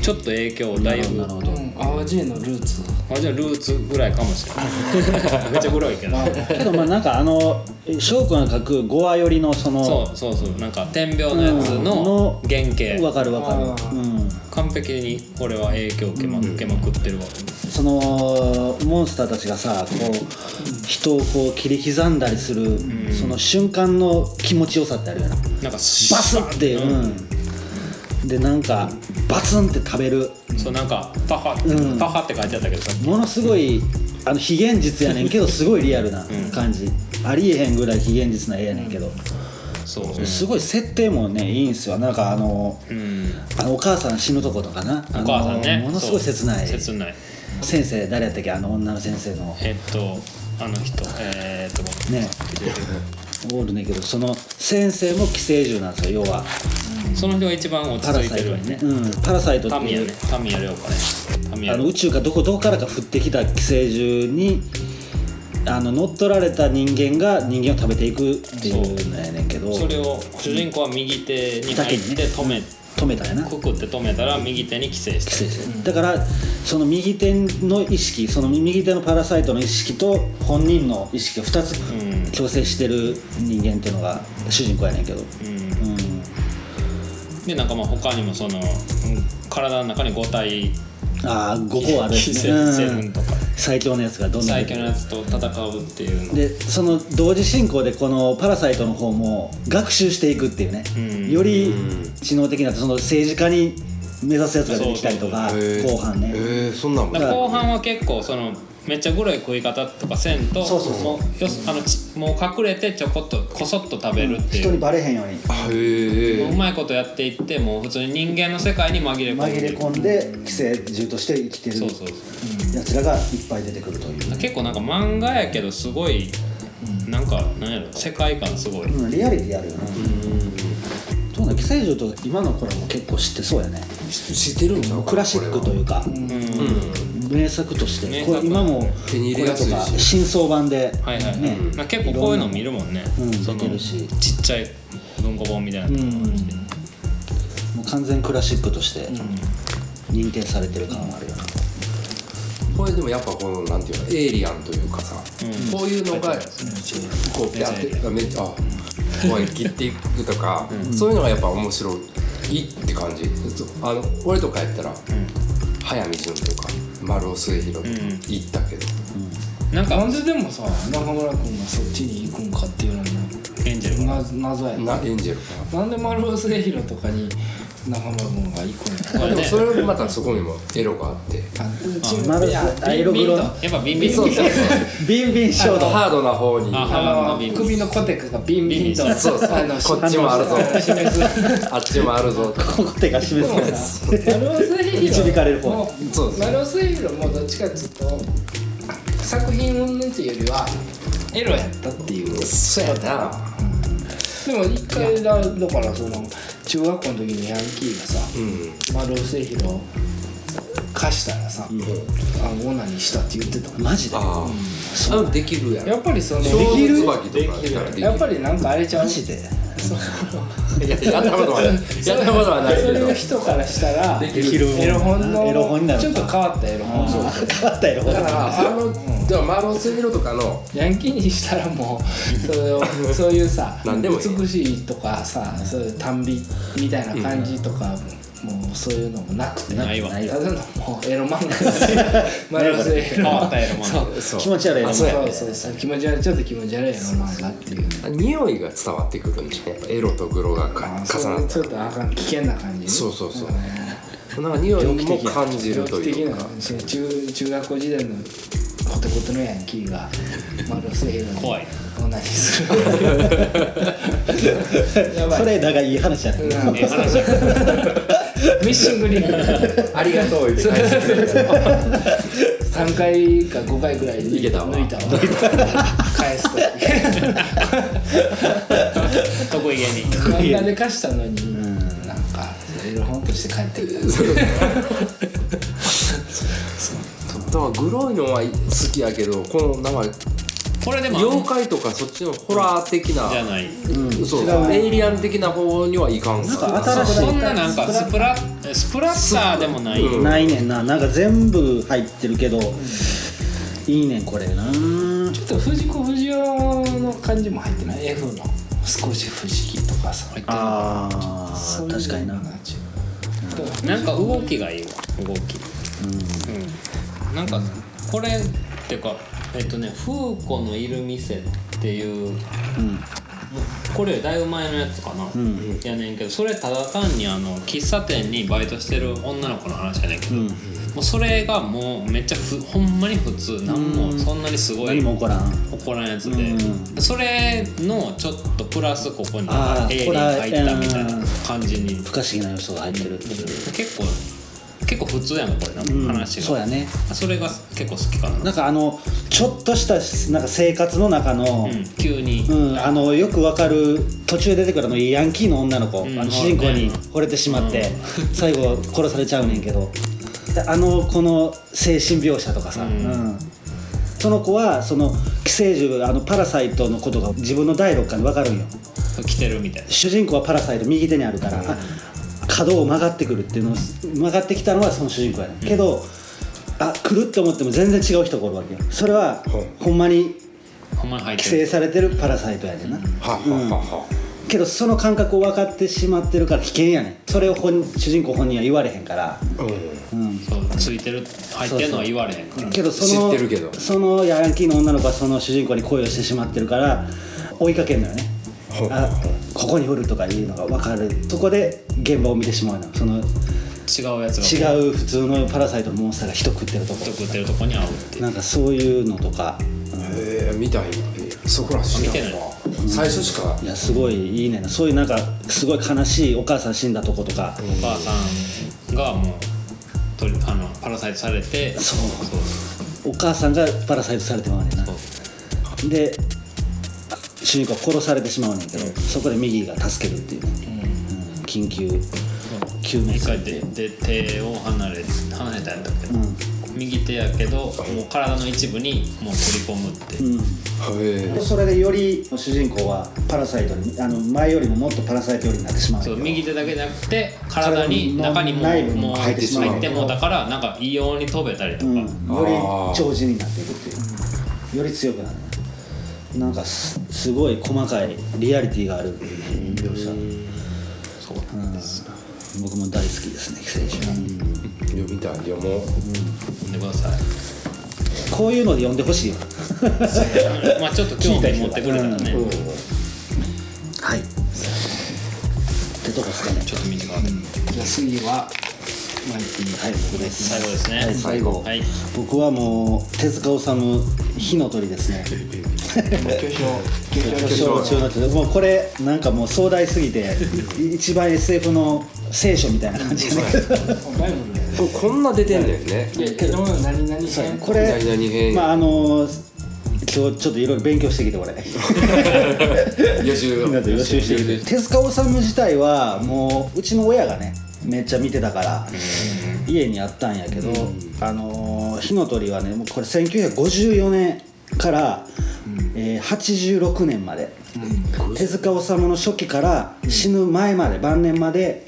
Speaker 3: ちょっと影響をだいぶ
Speaker 2: なるほど
Speaker 4: 淡路のルーツ
Speaker 3: あじゃあルーツぐらいかもしれない [LAUGHS] めっちゃ黒いけど
Speaker 2: けどまあなんかあの翔くんが書く5話寄りのその
Speaker 3: そうそうそうなんか天描のやつの
Speaker 2: の
Speaker 3: 原
Speaker 2: わ
Speaker 3: 型
Speaker 2: かるわか
Speaker 4: あ
Speaker 2: る
Speaker 4: ー
Speaker 2: うん
Speaker 3: 完璧にこれは影響を受けま受けまくってるわ
Speaker 2: そのモンスターたちがさこう人をこう切り刻んだりする、その瞬間の気持ちよさってあるよなバ
Speaker 3: なんかバ
Speaker 2: スってうんでなんかバツンって食べる
Speaker 3: そうなんかパハ、
Speaker 2: うん
Speaker 3: パハって書いてあったけどさ
Speaker 2: ものすごいあの非現実やね
Speaker 3: [LAUGHS]
Speaker 2: んけどすごいリアルな感じ、ありえへんぐらい非現実な絵やねんけど、
Speaker 3: そう、
Speaker 2: すごい設定もねいいんすよなんかあの
Speaker 3: うん、
Speaker 2: あのお母さん死ぬとことかな
Speaker 3: お母さん
Speaker 2: あ
Speaker 3: ね
Speaker 2: のものすごい切ない
Speaker 3: そう切ない
Speaker 2: 先生誰やったっけあの女の先生の
Speaker 3: えっとあの人えー、っとごめん
Speaker 2: ねおるねんけどその先生も寄生獣なんですよ要は
Speaker 3: その人が一番落
Speaker 2: パ
Speaker 3: ち
Speaker 2: ラ
Speaker 3: 着い
Speaker 2: サ
Speaker 3: て
Speaker 2: イ
Speaker 3: る
Speaker 2: ト
Speaker 3: よ
Speaker 2: にね
Speaker 3: ね
Speaker 2: うん、パラサイト
Speaker 3: タ
Speaker 2: って
Speaker 3: ミヤ
Speaker 2: い
Speaker 3: ね
Speaker 2: う
Speaker 3: タミヤ涼子ねタミヤ
Speaker 2: あの宇宙かどこどこからか降ってきた寄生獣にあの乗っ取られた人間が人間を食べていくっていうのやねんけど
Speaker 3: それを主人公は右手に入って止め、
Speaker 2: 止めたんやな
Speaker 3: くくって止めたら右手に寄生して
Speaker 2: 寄生獣だからその右手の意識その右手のパラサイトの意識と本人の意識が2
Speaker 3: ん
Speaker 2: つ共生してる人間っていうのが主人公やねんけど
Speaker 3: うん
Speaker 2: うん
Speaker 3: でなんかまあ他にもその、うん体の中に5体
Speaker 2: ああ5個あるやつね
Speaker 3: セブンセブンとか
Speaker 2: 最強のやつがどんどん出
Speaker 3: 最
Speaker 2: て
Speaker 3: 強
Speaker 2: く
Speaker 3: の
Speaker 2: る
Speaker 3: やつと戦うっていうの
Speaker 2: でその同時進行でこの「パラサイト」の方も学習していくっていうね、
Speaker 3: うん
Speaker 2: より知能的なその政治家に目指すやつが出てきたりとか
Speaker 5: へー
Speaker 2: 後半ね、
Speaker 5: へえそんなんも
Speaker 3: だ
Speaker 5: ね
Speaker 3: から後半は結構そのめっちゃグロい食い方とかせんと
Speaker 2: そうそうそう
Speaker 3: もうよそあのちもう隠れてちょこっとこそっと食べるっていう
Speaker 2: 人、にバレへんように
Speaker 5: あへ
Speaker 3: もうう
Speaker 5: え
Speaker 3: まいことやっていってもう普通に人間の世界に紛れ込んで
Speaker 2: 紛れ込んで寄生獣として生きてる
Speaker 3: そうそうそう
Speaker 2: やつらがいっぱい出てくるという、
Speaker 3: 結構なんか漫画やけどすごいなんかなんやろ世界観すごい、
Speaker 2: うん、リアリティあるよねそうだ寄生獣と今の子らも結構知ってそうやね
Speaker 5: 知ってるんちゃうかな
Speaker 2: クラシックというか、名作として、
Speaker 3: 名
Speaker 2: こ
Speaker 3: 作
Speaker 2: れ今も
Speaker 5: 手に入れやすいし
Speaker 2: これとか新装版で、
Speaker 3: はいはいはい、
Speaker 2: ね
Speaker 3: なんか結構こういうの見るもんね、
Speaker 2: うん
Speaker 3: その
Speaker 2: 出て
Speaker 3: ち
Speaker 2: るし
Speaker 3: っちゃい文庫本みたいなのとかして
Speaker 2: もう完全クラシックとして認定されてる感はあるよな、
Speaker 5: これでもやっぱこのなんていうのエイリアンというかさ、こういうのがこうやってめっちゃあ怖い切っていくとか、そういうのがやっぱ面白いって感じあの俺とかやったら、早見純とか丸尾末広とか行ったけど、
Speaker 3: なん
Speaker 4: な
Speaker 3: か
Speaker 4: んででもさ中村君がそっちに行くんかっていうの
Speaker 3: エンジェルが
Speaker 4: もな謎やな
Speaker 5: なエンジェルかな
Speaker 4: なんで丸尾末広とかに中村君が行くん
Speaker 3: こ
Speaker 5: あ
Speaker 4: や
Speaker 3: れ
Speaker 5: でも
Speaker 3: ね
Speaker 5: それもまたそこにもエロがあって
Speaker 4: あ
Speaker 2: まるアイログロの
Speaker 3: やっぱビンビン
Speaker 5: [LAUGHS] そうそうそう
Speaker 2: ビンビンショート
Speaker 5: ハードな方に
Speaker 3: あ
Speaker 5: あ
Speaker 3: ハー
Speaker 4: あ
Speaker 3: ドのビン
Speaker 4: の
Speaker 3: ビン
Speaker 4: 首のコテクがビンビンと
Speaker 5: そうそう
Speaker 4: あの
Speaker 5: こっちもあるぞ
Speaker 4: 示す
Speaker 5: っちもあるぞとか
Speaker 2: ここ手が示
Speaker 4: でも
Speaker 2: す
Speaker 4: さ丸尾末広
Speaker 2: 導かれる方
Speaker 4: も
Speaker 5: そうそう
Speaker 4: 丸尾末広もどっちかっつうと作品云々っていうよりはエロやったっていう
Speaker 5: そうやな
Speaker 4: でも一回だだからその中学校の時にヤンキーがさ、
Speaker 5: うん
Speaker 4: 丸尾末広を貸したらさ、あのオナにしたって言ってた
Speaker 2: [LAUGHS] マジで
Speaker 5: ああうんできるやん
Speaker 4: やっぱりその
Speaker 5: できる椿とかやったらできる
Speaker 4: やっぱりなんかあれちゃう
Speaker 2: マジで
Speaker 5: いややったことはないやったことはないけ
Speaker 4: それ
Speaker 5: ど
Speaker 4: が人からしたら
Speaker 5: できる
Speaker 4: エロ本の
Speaker 2: エロ本になる
Speaker 4: ちょっと変わったエロ本
Speaker 2: あー変わったよ
Speaker 5: だからあのじゃあマロスミロとかの
Speaker 4: ヤンキーにしたらもうそれをそういうさ
Speaker 5: 何でもいい
Speaker 4: 美しいとかさそういう短美みたいな感じとか、もうそういうのもなくて
Speaker 3: ないわ
Speaker 4: ただのもうエロ漫 [LAUGHS] 画で丸尾末
Speaker 3: 変わ
Speaker 4: 広
Speaker 3: ったエロマン
Speaker 5: そう
Speaker 2: 気持ち悪いな
Speaker 5: あ
Speaker 2: そ
Speaker 5: そうう
Speaker 2: や
Speaker 5: や
Speaker 4: そうそうそう気持ち悪いちょっと気持ち悪いエロ漫画っていう
Speaker 5: 匂いが伝わってくるんでしょやっぱエロとグロがか
Speaker 4: あ
Speaker 5: 重
Speaker 4: そ
Speaker 5: な
Speaker 4: うい
Speaker 5: っ
Speaker 4: う
Speaker 5: て
Speaker 4: ちょっとあかん危険な感じね
Speaker 5: そうそうそうなんか匂いも感じる
Speaker 4: 猟
Speaker 5: と
Speaker 4: 奇的
Speaker 5: いう
Speaker 4: な
Speaker 5: か
Speaker 4: その中中学校時代のコテコテのヤンキーが丸尾末広に
Speaker 3: 怖い
Speaker 4: 同じするやばい
Speaker 2: それだがいい話じゃない
Speaker 4: うん
Speaker 3: ええ話や
Speaker 4: ミッシングリンク
Speaker 5: ありがとう言って返してくれる
Speaker 4: 3回か5回ぐらい抜
Speaker 5: いけたわ
Speaker 4: 抜いたわ返すと
Speaker 3: 得意げに
Speaker 4: 漫画で貸したのになんかエロ本として帰ってくる
Speaker 5: だからグロいのは好きやけどこのなんか
Speaker 3: これでも
Speaker 5: 妖怪とかそっちのホラー的な
Speaker 3: じゃない
Speaker 5: そうそうエイリアン的な方にはいかん
Speaker 2: なん
Speaker 5: か
Speaker 2: から新し
Speaker 3: そんななんかスプラスプラッターでもない
Speaker 2: いないねんななんか全部入ってるけどいいねんこれな
Speaker 4: ちょっと藤子不二雄の感じも入ってない F の少し不思議とかさ
Speaker 2: あ
Speaker 4: そう
Speaker 2: ー
Speaker 4: いう
Speaker 2: 確かにな
Speaker 3: なんか動きがいいわ動きうん、なんかこれってかえっとね「フーコのいる店」っていう、これよりだいぶ前のやつかな、やねんけどそれただ単にあの喫茶店にバイトしてる女の子の話やねんけど、もうそれがもうめっちゃふほんまに普通なんもそんなにすご
Speaker 2: 何
Speaker 3: い
Speaker 2: も起こらん
Speaker 3: 怒らんやつで、それのちょっとプラスここに
Speaker 2: あー
Speaker 3: A に入ったみたい
Speaker 2: これ
Speaker 3: な
Speaker 2: うん
Speaker 3: 感じに
Speaker 2: 不可思議な要素が入ってるっていう
Speaker 3: 結構結構普通やんこれな、話が
Speaker 2: そうやね
Speaker 3: それが結構好きかな
Speaker 2: なんかあのちょっとしたなんか生活の中の、
Speaker 3: うん、急に、
Speaker 2: うんあのよくわかる途中出てくるあのヤンキーの女の子、
Speaker 3: ん
Speaker 2: あの主人公に
Speaker 3: そう
Speaker 2: 惚れてしまって、最後殺されちゃうねんけどであのこの精神描写とかさ、
Speaker 3: ん
Speaker 2: うんその子はその寄生獣あのパラサイトのことが自分の第六感でわかるんよ
Speaker 3: 来てるみたいな
Speaker 2: 主人公はパラサイト右手にあるから、あ角を曲がってくるっていうのを曲がってきたのはその主人公やね、ん、けどあ来るって思っても全然違う人がおるわけよそれはほんまに
Speaker 3: ほんまに入っ
Speaker 2: 寄
Speaker 3: て
Speaker 2: 生
Speaker 3: る
Speaker 2: されてるパラサイトやねんな、
Speaker 5: ははは
Speaker 2: けどその感覚を分かってしまってるから危険やねんそれを本主人公本人は言われへんから、
Speaker 5: は
Speaker 2: うん、
Speaker 3: そうついてる入ってるのは言われへんから
Speaker 2: けどその
Speaker 5: 知ってるけど
Speaker 2: そのヤンキーの女の子はその主人公に恋をしてしまってるから追いかけるのよね
Speaker 5: ほう
Speaker 2: あここにおるとかいうのが分かるそこで現場を見てしまうのその
Speaker 3: 違うやつが
Speaker 2: 違う普通のパラサイトのモンスターが人食ってるとこ
Speaker 3: 人食ってるとこに会うっていう
Speaker 2: なんかそういうのとか
Speaker 5: えみたいそこら知らんわ最初しか
Speaker 2: いやすごいいいねんなそういうなんかすごい悲しいお母さん死んだとことか、
Speaker 3: お母さんがもうとりあのパラサイトされて
Speaker 2: そう
Speaker 3: そう
Speaker 2: お母さんがパラサイトされてまうねんなで主人公は殺されてしまうねんけど、そこで右が助けるっていうね、うん緊急救命
Speaker 3: 一
Speaker 2: する
Speaker 3: 回
Speaker 2: ってい
Speaker 3: で
Speaker 2: う
Speaker 3: で手を離れ離れたんだけど、右手やけどもう体の一部にもう取り込むって、
Speaker 5: へ
Speaker 2: それでより主人公はパラサイトにあの前よりももっとパラサイトよりになってしまう
Speaker 3: そう
Speaker 2: ねんけ
Speaker 3: 右手だけじゃなくて体に中にも
Speaker 2: 内部に
Speaker 3: もう
Speaker 2: 入っ
Speaker 3: 入ってて
Speaker 2: し
Speaker 5: まう
Speaker 3: もうだからなんか異様に飛べたりと
Speaker 2: ど、
Speaker 3: か、
Speaker 2: うん、より
Speaker 5: あー
Speaker 2: 長寿になっていくっていうより強くなるなんかすすごい細かいリアリティがある描写、
Speaker 3: そうなんですよ
Speaker 2: 僕も大好きですね寄生獣
Speaker 5: え読みたいいやもう
Speaker 3: 読んでください
Speaker 2: ここういうので呼んでほ
Speaker 3: [LAUGHS]
Speaker 2: しいよ
Speaker 3: まあちょっと興味持ってくれたらね、
Speaker 2: はいってとこですかね
Speaker 3: ちょっと短かった、
Speaker 4: じゃあ次はマイティ
Speaker 2: はい僕です
Speaker 3: 最後ですね、
Speaker 2: はい最後
Speaker 3: はい
Speaker 2: 僕はもう手塚治虫火の鳥です
Speaker 5: [LAUGHS]
Speaker 2: ね
Speaker 4: 巨匠巨匠
Speaker 2: 巨匠中の人もうこれなんかもう壮大すぎて一番 SF の聖書みたいな感じですね
Speaker 4: バイブルだよね
Speaker 5: ここんな出てんだよね
Speaker 4: でけど何々編
Speaker 2: こ
Speaker 5: 何々
Speaker 2: れ
Speaker 5: 編
Speaker 2: まああの今日ちょっといろいろ勉強してきて
Speaker 5: [LAUGHS]
Speaker 2: 俺
Speaker 5: 予習
Speaker 2: みんなで予習してきて手塚治虫自体はもううちの親がねめっちゃ見てたから家にあったんやけどあのー火の鳥はねもうこれ1954年からえー86年まで手塚治虫の初期から死ぬ前まで晩年まで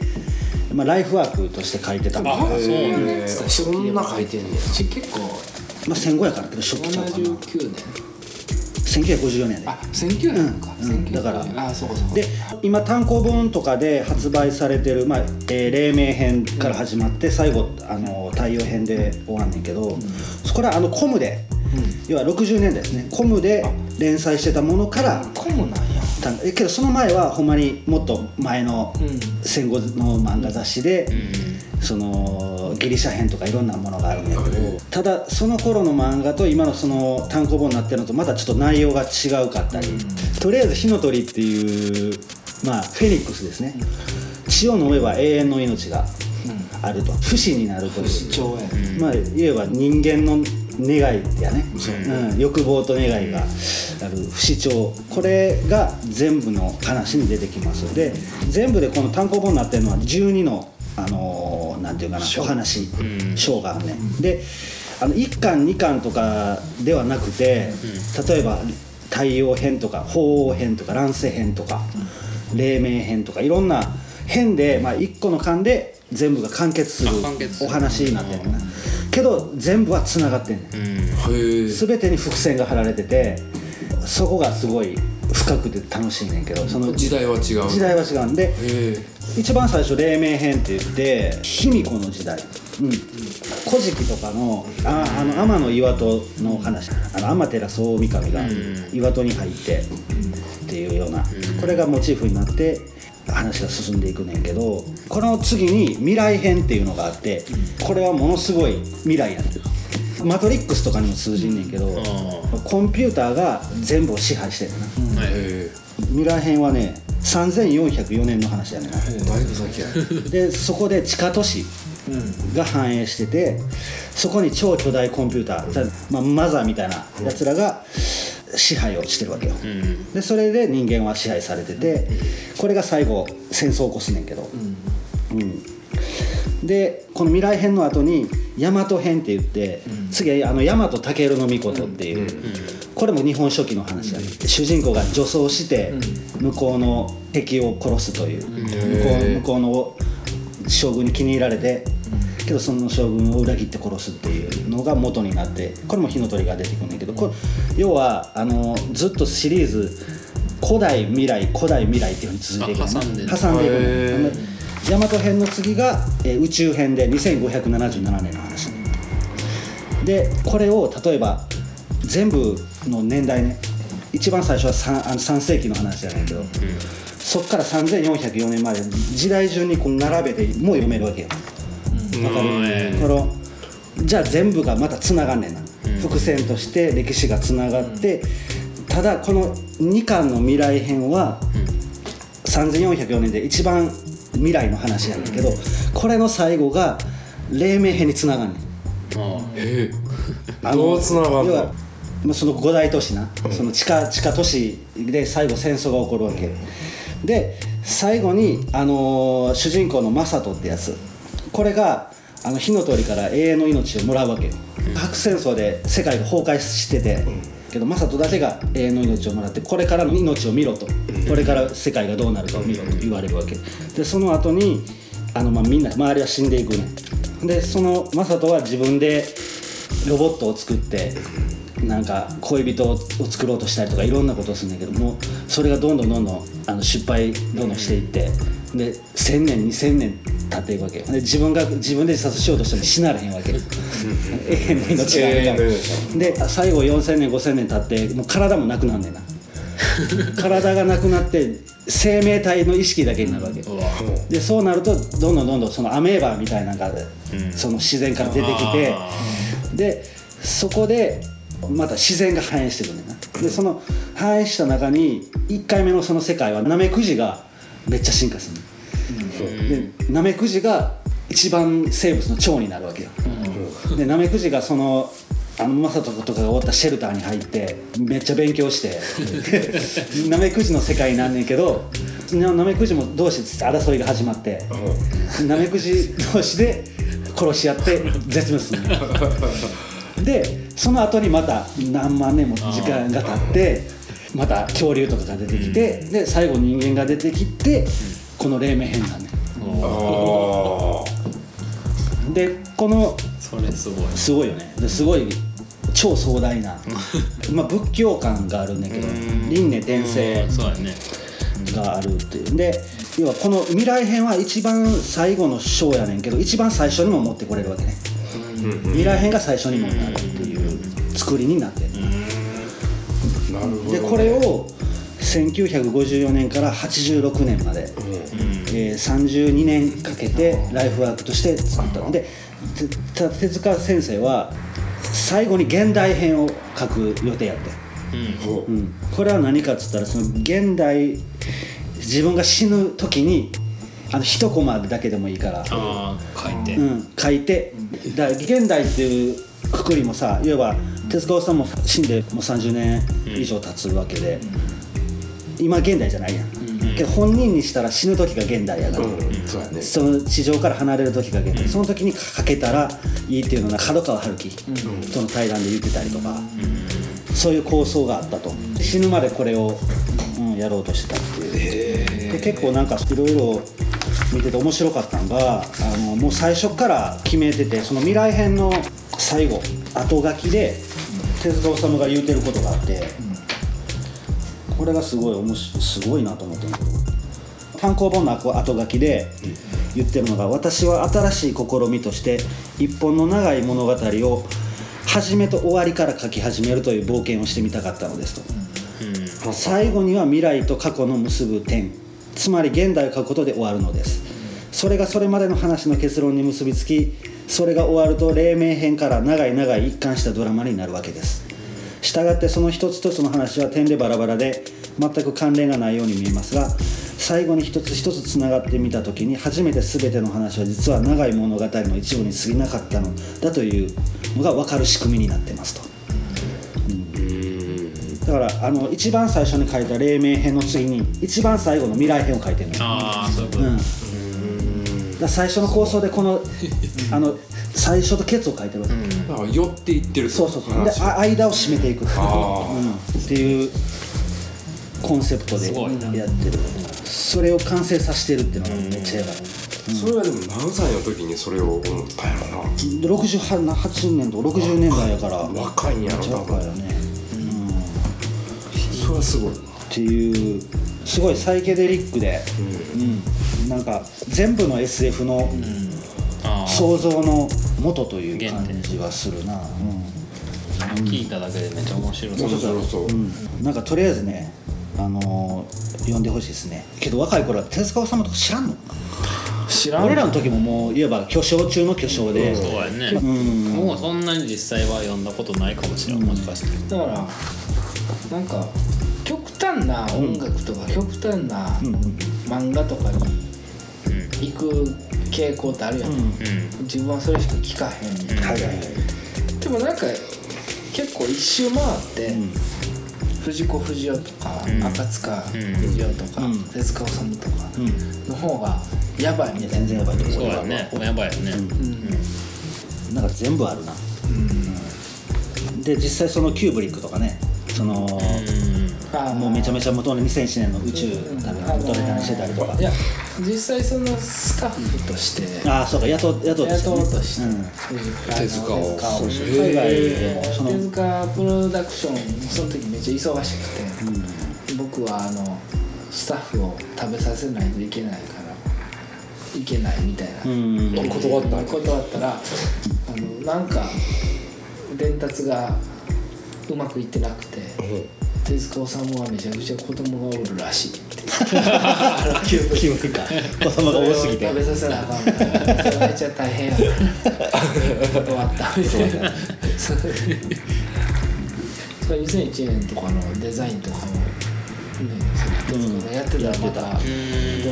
Speaker 2: まあライフワークとして書いてたまあ
Speaker 3: あそうなんだ
Speaker 5: えーそんな書いてんねや
Speaker 4: ち結構
Speaker 2: 戦後やからけど初期ちゃうかな
Speaker 4: 79年
Speaker 2: 1954年やで
Speaker 4: あ19年か、
Speaker 2: うん
Speaker 4: 1900
Speaker 2: だから
Speaker 4: あそうかそうか
Speaker 2: で今単行本とかで発売されてる、まあえー黎明編から始まって最後あの太陽編で終わんねんけど、そこらあのコムで、要は60年代ですねコムで連載してたものから
Speaker 4: コムなんや
Speaker 2: 単えけどその前はほんまにもっと前の
Speaker 4: うん
Speaker 2: 戦後の漫画雑誌で、そのギリシャ編とかいろんなものがあるんだけどただその頃の漫画と今のその単行本になってるのとまたちょっと内容が違うかったり、とりあえず「火の鳥」っていうまあフェニックスですね血を飲めば永遠の命があると不死になるという
Speaker 4: 上演
Speaker 2: まあ、いわば人間の願いやね、うん、欲望と願いがある不死鳥これが全部の話に出てきますで全部でこの単行本になってるのは12の、あのーなんていうかなお話章があるねであの1巻2巻とかではなくて例えば太陽編とか鳳凰編とか乱世編とか黎明編とかいろんな編で、まあ、1個の巻で全部が完結する
Speaker 3: あ完結す
Speaker 2: お
Speaker 3: る
Speaker 2: 話になってるなけど全部はつながってんねん
Speaker 5: へえ
Speaker 2: 全てに伏線が張られててそこがすごい深くて楽しいねんけどその
Speaker 5: 時
Speaker 2: 時
Speaker 5: 代は違う
Speaker 2: 代は違うんで
Speaker 5: へえ
Speaker 2: 一番最初黎明編って言って卑弥呼の時代うん「古事記」とかのああの天の岩戸の話あの天照大神が岩戸に入ってっていうようなこれがモチーフになって話が進んでいくねんけどこの次に未来編っていうのがあってこれはものすごい未来やねんマトリックスとかにも通じんねんけどコンピューターが全部を支配してるな
Speaker 5: へ
Speaker 2: 未来編はね3404年の話やねんな
Speaker 5: えだいぶ先や
Speaker 2: [LAUGHS] でそこで地下都市が繁栄しててそこに超巨大コンピューター、まあ、マザーみたいなやつらが支配をしてるわけよ、でそれで人間は支配されててこれが最後戦争を起こすねんけど、うんでこの未来編の後に大和編って言って、次はあの大和武尊の尊っていう、これも日本書紀の話やね、主人公が女装して向こうの敵を殺すという、向こう向こうの将軍に気に入られて、けどその将軍を裏切って殺すっていうのが元になってこれも火の鳥が出てくるんだけどこれ要はあのずっとシリーズ古代未来古代未来っていうふうに続いていくのね
Speaker 3: あ挟んでんだ
Speaker 2: 挟んでいくのね
Speaker 5: へー
Speaker 2: 大和編の次が、えー宇宙編で2577年の話でこれを例えば全部の年代ね一番最初は 3, あの3世紀の話じゃないけど、そっから3404年まで時代順にこう並べてもう読めるわけよ、わかる
Speaker 3: うんね
Speaker 2: このじゃあ全部がまたつながんねんな、伏線として歴史がつながって、ただこの2巻の未来編は、3404年で一番未来の話やねんけど、これの最後が黎明編につながんねん
Speaker 3: あ
Speaker 5: へ
Speaker 2: あ
Speaker 5: えどうつながん
Speaker 2: 要は
Speaker 5: の
Speaker 2: まあその五大都市な、その地下地下都市で最後戦争が起こるわけ、で最後に、あのー主人公のマサトってやつこれがあの火の鳥から永遠の命をもらうわけよ核戦争で世界が崩壊してて、けどマサトだけが永遠の命をもらってこれからの命を見ろと、これから世界がどうなるかを見ろと言われるわけでその後にあのまあみんな周りは死んでいくねでそのマサトは自分でロボットを作ってなんか恋人を作ろうとしたりとかいろんなことをするんだけどもそれがどんどんどんどんあの失敗どんどんしていってで1,000年2,000年立っていくわけよで自分が自分で自殺しようとしても死なれへんわけ永遠の命があるから
Speaker 5: 永遠の
Speaker 2: で最後4000年5000年経ってもう体もなくなんねんな体がなくなって生命体の意識だけになるわけでそうなるとどんどんどんどんそのアメーバみたいなのが、その自然から出てきてでそこでまた自然が反映してくるんだよなでその反映した中に1回目のその世界はナメクジがめっちゃ進化するの、でナメクジが一番生物の腸になるわけよ、でナメクジがそのあのマサトとかがおったシェルターに入ってめっちゃ勉強してナメクジの世界になんねんけどなナメクジも同士争いが始まってナメクジ同士で殺し合って絶滅するのよでその後にまた何万年も時間が経ってまた恐竜とかが出てきて、で最後人間が出てきて、この黎明編なんねんでこの
Speaker 3: それすごい
Speaker 2: すごいよねですごい超壮大
Speaker 3: [LAUGHS]
Speaker 2: なまあ仏教観があるんだけど輪廻転生
Speaker 3: そうやね
Speaker 2: があるっていうで要はこの未来編は一番最後の章やねんけど一番最初にも持ってこれるわけね未来編が最初にもなるっていう作りになってる
Speaker 5: なるほど
Speaker 2: でこれを1954年から86年まで、えー32年かけてライフワークとして作ったのでてた手塚先生は最後に現代編を書く予定やって、うんこれは何かっつったらその現代自分が死ぬ時にあの一コマだけでもいいから
Speaker 3: ああ書いて
Speaker 2: うん、書いてだ現代っていうくくりもさいわば手塚治虫さんも死んでもう30年以上経つわけで、今現代じゃないやん、けど本人にしたら死ぬ時が現代やな、
Speaker 5: うんそうやね
Speaker 2: その地上から離れる時が現代、その時に書けたらいいっていうのが角川春樹との対談で言ってたりとか、そういう構想があったと死ぬまでこれを、うん、やろうとしてたっていうで結構なんかいろいろ見てて面白かったのがあのもう最初から決めててその未来編の最後後書きで手塚治虫が言うてることがあって、これがすごいおもしすごいなと思ってんけど単行本の後後書きで言ってるのが「私は新しい試みとして一本の長い物語を始めと終わりから書き始めるという冒険をしてみたかったのです」と。最後には未来と過去の結ぶ点つまり現代を書くことで終わるのですそれがそれまでの話の結論に結びつきそれが終わると黎明編から長い長い一貫したドラマになるわけですしたがってその一つ一つの話は点でバラバラで全く関連がないように見えますが最後に一つ一つつながってみた時に初めて全ての話は実は長い物語の一部に過ぎなかったのだというのが分かる仕組みになってますと。だからあの一番最初に書いた黎明編の次に一番最後の未来編を書いてるのよ、
Speaker 3: ああそういうこ
Speaker 2: う
Speaker 3: と、
Speaker 2: ん、だから最初の構想でこのあの最初とケツを書いてるわけ、
Speaker 5: だから寄っていってる
Speaker 2: そうそうそうで
Speaker 5: 話
Speaker 2: あ間を締めていくっていう,、
Speaker 5: あー
Speaker 2: ん、っていうコンセプトです
Speaker 3: ごいな
Speaker 2: やってるそれを完成させてるっていうのがめっちゃやばい
Speaker 5: それはでも何歳の時にそれを思ったんやろ
Speaker 2: 68年とか60年代やから
Speaker 5: な若いんやろ
Speaker 2: めっちゃ
Speaker 5: 多
Speaker 2: 若い
Speaker 5: 分
Speaker 2: よね
Speaker 5: それはすごいな
Speaker 2: っていうすごいサイケデリックで、うんなんか全部の SF の
Speaker 3: ああ
Speaker 2: 想像の元という
Speaker 3: 原点
Speaker 2: 感じはするな、
Speaker 3: 聞いただけでめっちゃ面白い
Speaker 5: 面白そう
Speaker 2: うんうんなんかとりあえずねあのー読んでほしいですねけど若い頃は手塚治虫とか知らんの
Speaker 5: 知
Speaker 2: 俺らの時ももういわば巨匠中の巨匠で、
Speaker 3: そうやね、もうそんなに実際は読んだことないかもしれんもしかして
Speaker 4: だからなんか極端な音楽とか極端な漫画とかに行く傾向ってあるやん、自分はそれしか聞かへんみたいな、
Speaker 2: はいはいはい
Speaker 4: でもなんか結構一周回って、藤子不二雄とか、赤塚不二雄とか、手塚治虫とかの方がやばいみたいな、
Speaker 2: 全然やばいと思
Speaker 3: そうやねやばいよね、
Speaker 2: なんか全部あるな、うんで実際そのキューブリックとかねその、
Speaker 4: あー
Speaker 2: もうめちゃめちゃ元の2001年の宇宙旅の元ネタにしてたりとか、
Speaker 4: いや実際そのスタッフとして
Speaker 2: ああそうか雇う雇うとして
Speaker 4: 雇
Speaker 2: ね
Speaker 4: うとして、
Speaker 2: うん
Speaker 5: 手塚を
Speaker 4: 手
Speaker 5: そう
Speaker 4: 塚を
Speaker 2: 海外でもその
Speaker 4: 手塚プロダクションその時めっちゃ忙しくて、僕はあのスタッフを食べさせないといけないからいけないみたいな、
Speaker 2: うん
Speaker 5: 断った
Speaker 4: 断ったらあのなんか伝達がうまくいってなくて手塚治虫はめちゃくちゃ子供がおるらしいって
Speaker 2: キムか子供が多すぎて
Speaker 4: [LAUGHS] それを食べさせなあかんからめっちゃ大変やから断ったみたいなそうそれ2001年とかのデザインとかもね手塚がやってたらまたど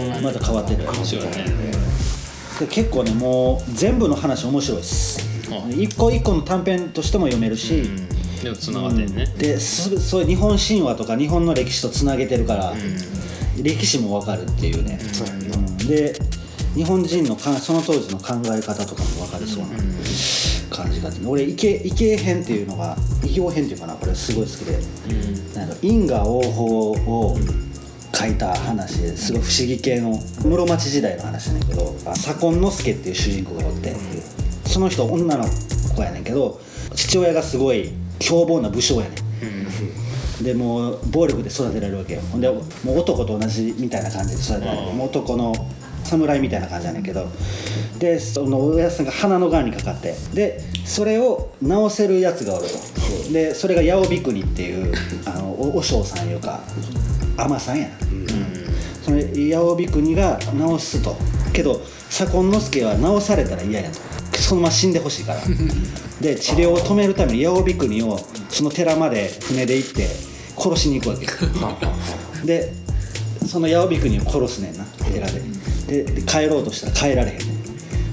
Speaker 4: うなる
Speaker 2: まだ変わってる
Speaker 3: 面白いね
Speaker 2: で結構ねもう全部の話面白いです
Speaker 3: あ
Speaker 2: 一個一個の短編としても読めるし、
Speaker 3: うんでもつながってんね、
Speaker 2: ですぐそういう日本神話とか日本の歴史とつなげてるから、歴史もわかるっていうね、うんで日本人のかその当時の考え方とかもわかりそうな感じがあって俺「池池編」っていうのが「異形編」っていうかなこれすごい好きで、なんか因果応報を書いた話ですごい不思議系の室町時代の話なんやけどあ左近之助っていう主人公がおって。その人女の子やねんけど父親がすごい凶暴な武将やねんでもう暴力で育てられるわけよほんでもう男と同じみたいな感じで育てられるもう男の侍みたいな感じやねんけどでそのおやさんが鼻のがんにかかってでそれを治せるやつがおるとでそれが八百国っていうあのお和尚さんいうか尼さんやな、その八百国が直すとけど左近之助は直されたら嫌やとそのまま死んでほしいからで治療を止めるために八百国をその寺まで船で行って殺しに行くわけでその八百国を殺すねんな寺ででで帰ろうとしたら帰られへんねんも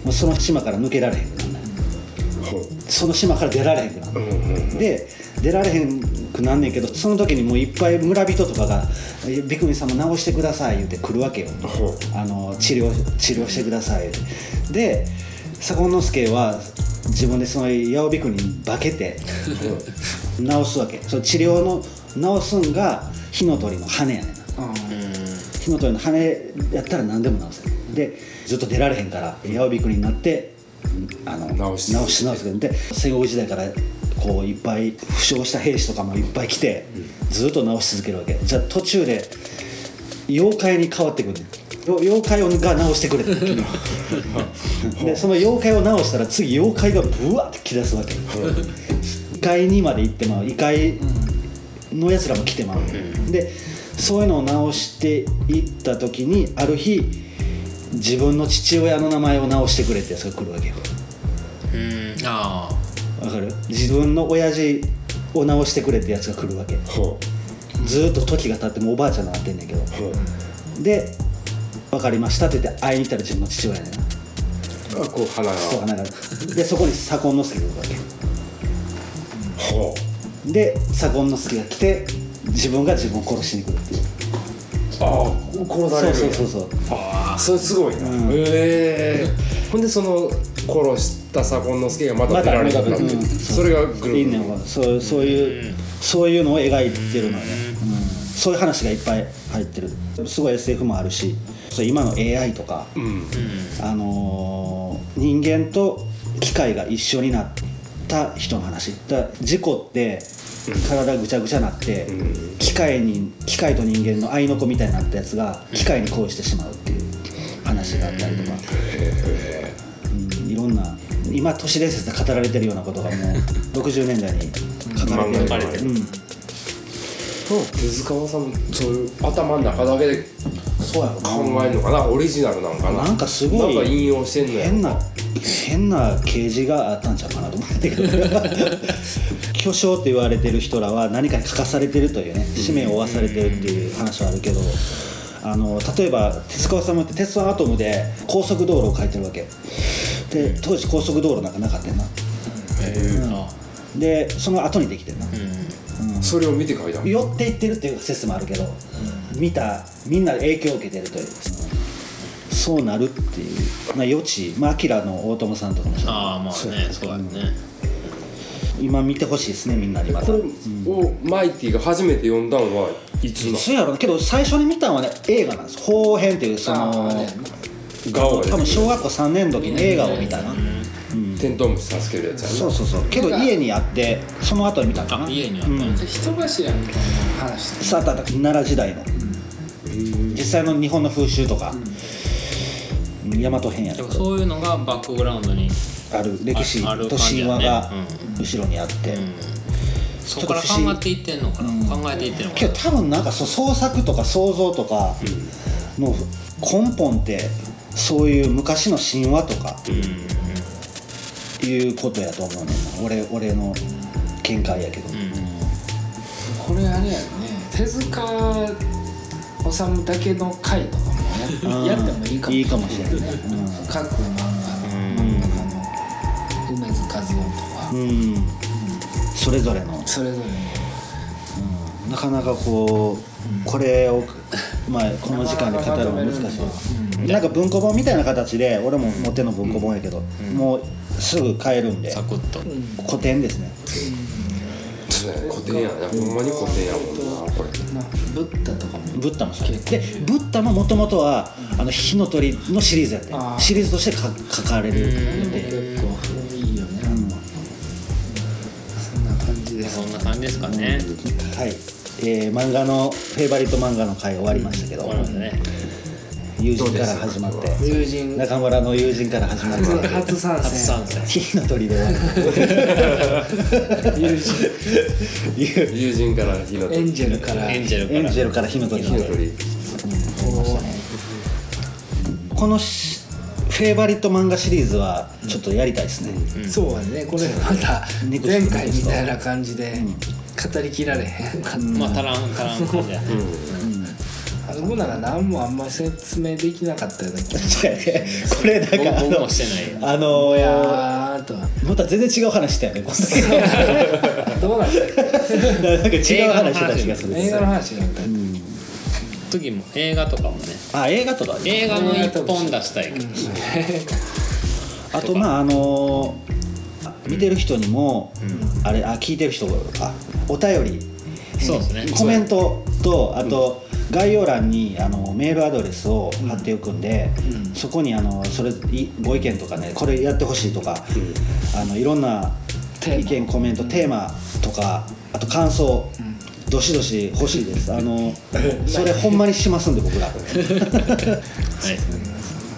Speaker 2: うその島から抜けられへんくなんねんその島から出られへんくなる、で出られへんくなんねんけどその時にもういっぱい村人とかが「えビクミンさんも治してください」言うて来るわけよ、あの治療治療してくださいで左近之助は自分でその八百ビに化けて治すわけその治療の治すんが火の鳥の羽やねんな火の鳥の羽やったら何でも治せるでずっと出られへんから八百くになってあの
Speaker 5: 直し
Speaker 2: 直し直してくれて戦国時代からこういっぱい負傷した兵士とかもいっぱい来てずっと直し続けるわけじゃあ途中で妖怪に変わってくるよ妖怪が直してくれた
Speaker 5: [LAUGHS]
Speaker 2: でその妖怪を直したら次妖怪がブワーって来だすわけ異界にまで行ってまう異界のやつらも来てまう、でそういうのを直していった時にある日自分の父親の名前を直してくれってやつが来るわけよ
Speaker 3: うんああ
Speaker 2: わかる自分の親父を直してくれってやつが来るわけずーっと時が経ってもうおばあちゃんになってんねんけどで「分かりました」って言って会いに来たら自分の父親やねんな
Speaker 5: あこう鼻が
Speaker 2: そう花がでそこに左近之助が来るわけ
Speaker 5: ほ
Speaker 2: で左近之助が来て自分が自分を殺しに来るっていう
Speaker 5: うああ殺さ
Speaker 2: そ
Speaker 5: れ
Speaker 2: う
Speaker 5: る
Speaker 2: そうそうそう
Speaker 5: あそれすごいな、へえほんでその殺した左近之助がま
Speaker 2: ま
Speaker 5: た出
Speaker 2: だ
Speaker 5: られたって
Speaker 2: うん
Speaker 5: それがグル
Speaker 2: いいね
Speaker 5: ー
Speaker 2: んそうそういう、そういうのを描いてるのね、うんそういう話がいっぱい入ってるすごい SF もあるしそう今の AI とか、あのー人間と機械が一緒になった人の話だから事故って体ぐちゃぐちゃなって、機械に機械と人間の愛の子みたいになったやつが機械に恋してしまうっていう話があったりとか、うんいろんな今都市伝説で語られてるようなことがもう60年代に書かれてる
Speaker 5: 書かれて
Speaker 2: うん
Speaker 5: プうん手塚さんもそういう頭の中だけで
Speaker 2: そうやろ
Speaker 5: 考えるのかな、オリジナルなんかな
Speaker 2: なんかすごい
Speaker 5: なんか引用してんのや
Speaker 2: 変な変な刑事があったんちゃうかなと思ってけど巨匠って言われてる人らは何かに書かされてるというね使命を負わされてるっていう話はあるけどあの例えば手塚治虫って「鉄腕アトム」で高速道路を書いてるわけで当時高速道路なんかなかったよなでその後にできてるな、
Speaker 5: それを見て書いたの
Speaker 2: 寄っていってるっていう説もあるけど、見たみんな影響を受けてるという、そうなるっていう、まあ、余地まあアキラの大友さんとかもそう
Speaker 3: ああまあねそうやね
Speaker 2: 今見てほしいですねみんなにまた
Speaker 5: これをマイティが初めて読んだのはいつな
Speaker 2: そうやろなけど最初に見たのはね映画なんです「法編」っていうそ
Speaker 4: あ
Speaker 2: の
Speaker 4: あね
Speaker 5: ガオが出
Speaker 2: 多
Speaker 5: て
Speaker 2: 分
Speaker 5: く
Speaker 2: 小学校3年の時に映画を見たな、
Speaker 5: るテントウムシ助けるやつやな
Speaker 2: そうそうそうけど家にあってその後に見たのか
Speaker 3: あ
Speaker 2: な
Speaker 3: 家にあった、
Speaker 2: うん
Speaker 4: 人柱みたいな話とか
Speaker 2: さあ奈良時代の、実際の日本の風習とか、大和編や
Speaker 3: だ
Speaker 2: と
Speaker 3: からそういうのがバックグラウンドに、
Speaker 2: ある歴史
Speaker 3: あある
Speaker 2: と
Speaker 3: 感じ
Speaker 2: 神
Speaker 3: や
Speaker 2: 話
Speaker 3: ね
Speaker 2: が
Speaker 3: う
Speaker 2: 後ろにあって、
Speaker 3: うん、そこ
Speaker 2: ちょ
Speaker 3: か
Speaker 2: っ
Speaker 3: ら
Speaker 2: と
Speaker 3: 考
Speaker 2: 不思議
Speaker 3: えていってんのかな、考えていってんのか
Speaker 2: け
Speaker 3: な
Speaker 2: ど多分なんかそう創作とか想像とかの根本ってそういう昔の神話とかいうことやと思うねんな俺俺の見解やけど、
Speaker 4: これあれやね手塚治虫だけの回とかも
Speaker 2: うん
Speaker 4: ややってもいいかも
Speaker 2: いいかもしれないね
Speaker 4: 各漫画の漫画の梅津和夫とか、
Speaker 2: うん、うんそれぞれの
Speaker 4: それぞれの
Speaker 2: なかなかこうこれを、まあ、この時間で語るのは難しいなんか文庫本みたいな形で俺も持ってんの文庫本やけど、もうすぐ買えるんで
Speaker 3: サクッと、
Speaker 2: 古典ですね
Speaker 5: 古典やなほんまに古典やもんなこれ
Speaker 4: なブッダとかも
Speaker 2: ブッダもそうやでブッダももともとは「あの火の鳥」のシリーズやって
Speaker 4: あー
Speaker 2: シリーズとしてか書かれるんで
Speaker 4: 結構いいよね、そんな感じです
Speaker 3: そんな感じですかね、
Speaker 2: はい、えー漫画のフェイバリット漫画の回終わりましたけど
Speaker 3: 終わりましたね
Speaker 2: 友人から始まって
Speaker 4: 友人
Speaker 2: 中村の友人から始まって
Speaker 4: 初参
Speaker 3: 初
Speaker 4: 戦
Speaker 3: 参戦
Speaker 2: 火の鳥で終わる友人友
Speaker 5: 友人から火の
Speaker 4: エ
Speaker 5: 鳥
Speaker 4: ンジェルから
Speaker 3: エンジェルから
Speaker 2: エンジェルから火の鳥
Speaker 5: 火
Speaker 2: ま
Speaker 5: の
Speaker 2: で
Speaker 5: 鳥
Speaker 2: このしフェイバリット漫画シリーズはちょっとやりたいですね、
Speaker 4: そうはねこれまた
Speaker 2: ネクスト
Speaker 4: 前回みたいな感じで語りきられへんかった
Speaker 3: まあ足らん足らん感じやね
Speaker 4: あのもなんか何もあんま説明できなかったような気が
Speaker 2: 確かにねこれだから
Speaker 3: 僕僕もしてない
Speaker 2: あの
Speaker 4: ぼやーっと
Speaker 2: また全然違う話
Speaker 3: [LAUGHS]
Speaker 2: したよねこの
Speaker 4: どうなんだ
Speaker 2: 時なんか違う話した気がする
Speaker 4: 映画の話なんだった
Speaker 3: 時も映画とかもね
Speaker 2: あ映画とかね
Speaker 3: 映画も一本出したいけど、
Speaker 2: あとまああのー見てる人にも、あれあ聞いてる人あお便り
Speaker 3: そうですね
Speaker 2: コメントとあと、概要欄にあのメールアドレスを貼っておくんで、そこにあのそれいご意見とかねこれやってほしいとか、あのいろんな
Speaker 4: テーマ
Speaker 2: 意見コメントテーマとかあと感想、どしどし欲しいですあのそれほんまにしますんで僕ら
Speaker 3: は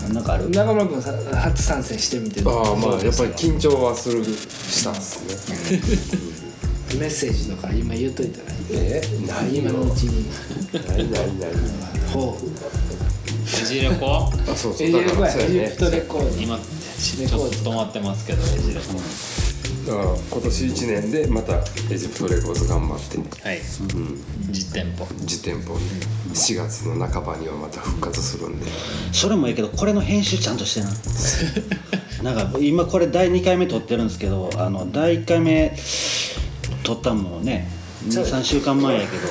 Speaker 3: い、
Speaker 2: なんかある
Speaker 4: 中村君さ初参戦してみてどう
Speaker 5: ああまあやっぱり緊張はするしたんすね
Speaker 4: メッセージとか今言っといたらいい
Speaker 5: えない
Speaker 4: 今のうちに
Speaker 5: ないないない
Speaker 4: ほ
Speaker 3: こじれこ
Speaker 5: あそう
Speaker 4: う
Speaker 5: そう
Speaker 4: エジ
Speaker 5: だ
Speaker 4: プ
Speaker 5: か
Speaker 4: ト
Speaker 5: ら
Speaker 4: や
Speaker 5: そうや
Speaker 4: エ
Speaker 5: ね
Speaker 4: ジプトレコード
Speaker 3: 今ちょっと止まってますけどこじれこ
Speaker 5: だから今年1年でまたエジプトレコーズ頑張ってね
Speaker 3: はい、実店舗
Speaker 5: 実店舗に4月の半ばにはまた復活するんで
Speaker 2: それもいいけどこれの編集ちゃんとしてななんか今これ第2回目撮ってるんですけどあの第1回目撮ったんもね23週間前やけ
Speaker 5: じ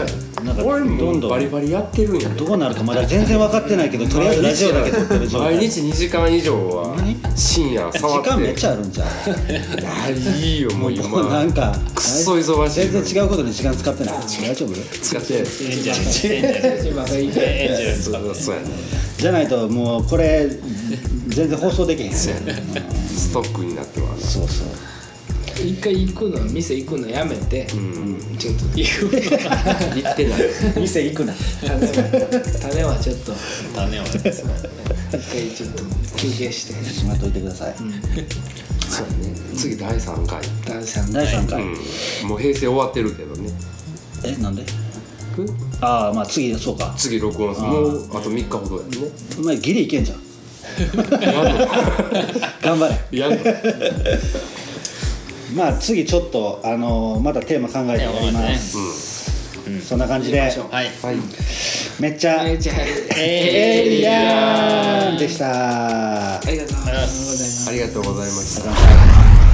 Speaker 5: ゃ
Speaker 2: なんか
Speaker 5: あ俺
Speaker 2: どん
Speaker 5: も
Speaker 2: どん
Speaker 5: バリバリやってるんや
Speaker 2: どどうなるかまだ全然分かってないけどとりあえずラジオだけ撮ってる状
Speaker 5: 毎
Speaker 2: 態
Speaker 5: 日2時間以上は深夜
Speaker 2: 時
Speaker 5: 触って
Speaker 2: 間めっちゃあるんじゃん
Speaker 5: [LAUGHS] ないいよもう今
Speaker 2: もうなんか
Speaker 5: くっそ忙しい
Speaker 2: 全然違うことに時間使ってない大丈夫
Speaker 5: 使って
Speaker 3: エンジェルエンジェル
Speaker 4: 今がいいね
Speaker 3: エンジェルです
Speaker 5: そうそうやね
Speaker 2: じゃないともうこれ全然放送できへん
Speaker 5: そう
Speaker 2: そ
Speaker 5: やねストックになってます
Speaker 2: うそう
Speaker 4: 一回行くの店行くのやめてちょっと行く
Speaker 5: 行ってない
Speaker 2: 店行くな
Speaker 4: 種は種はちょっと
Speaker 3: 種をやつ
Speaker 4: 一回ちょっと休憩して
Speaker 2: しまっといてください
Speaker 5: そうやね次第3回
Speaker 4: ダンさん
Speaker 2: 第3回
Speaker 5: うんもう平成終わってるけどね
Speaker 2: えなんでああまあ次そうか
Speaker 5: 次録音するもうあと3日ほどやね
Speaker 2: まあギリいけんじゃん頑張れ
Speaker 5: やんの
Speaker 2: まあ次ちょっとあのーまだテーマ考えてやります、そんな感じで
Speaker 3: はい
Speaker 5: はい
Speaker 2: めっちゃ
Speaker 4: はい
Speaker 2: エ
Speaker 4: じゃあ
Speaker 2: イリアンでした
Speaker 4: ありがとうございます
Speaker 5: ありがとうございました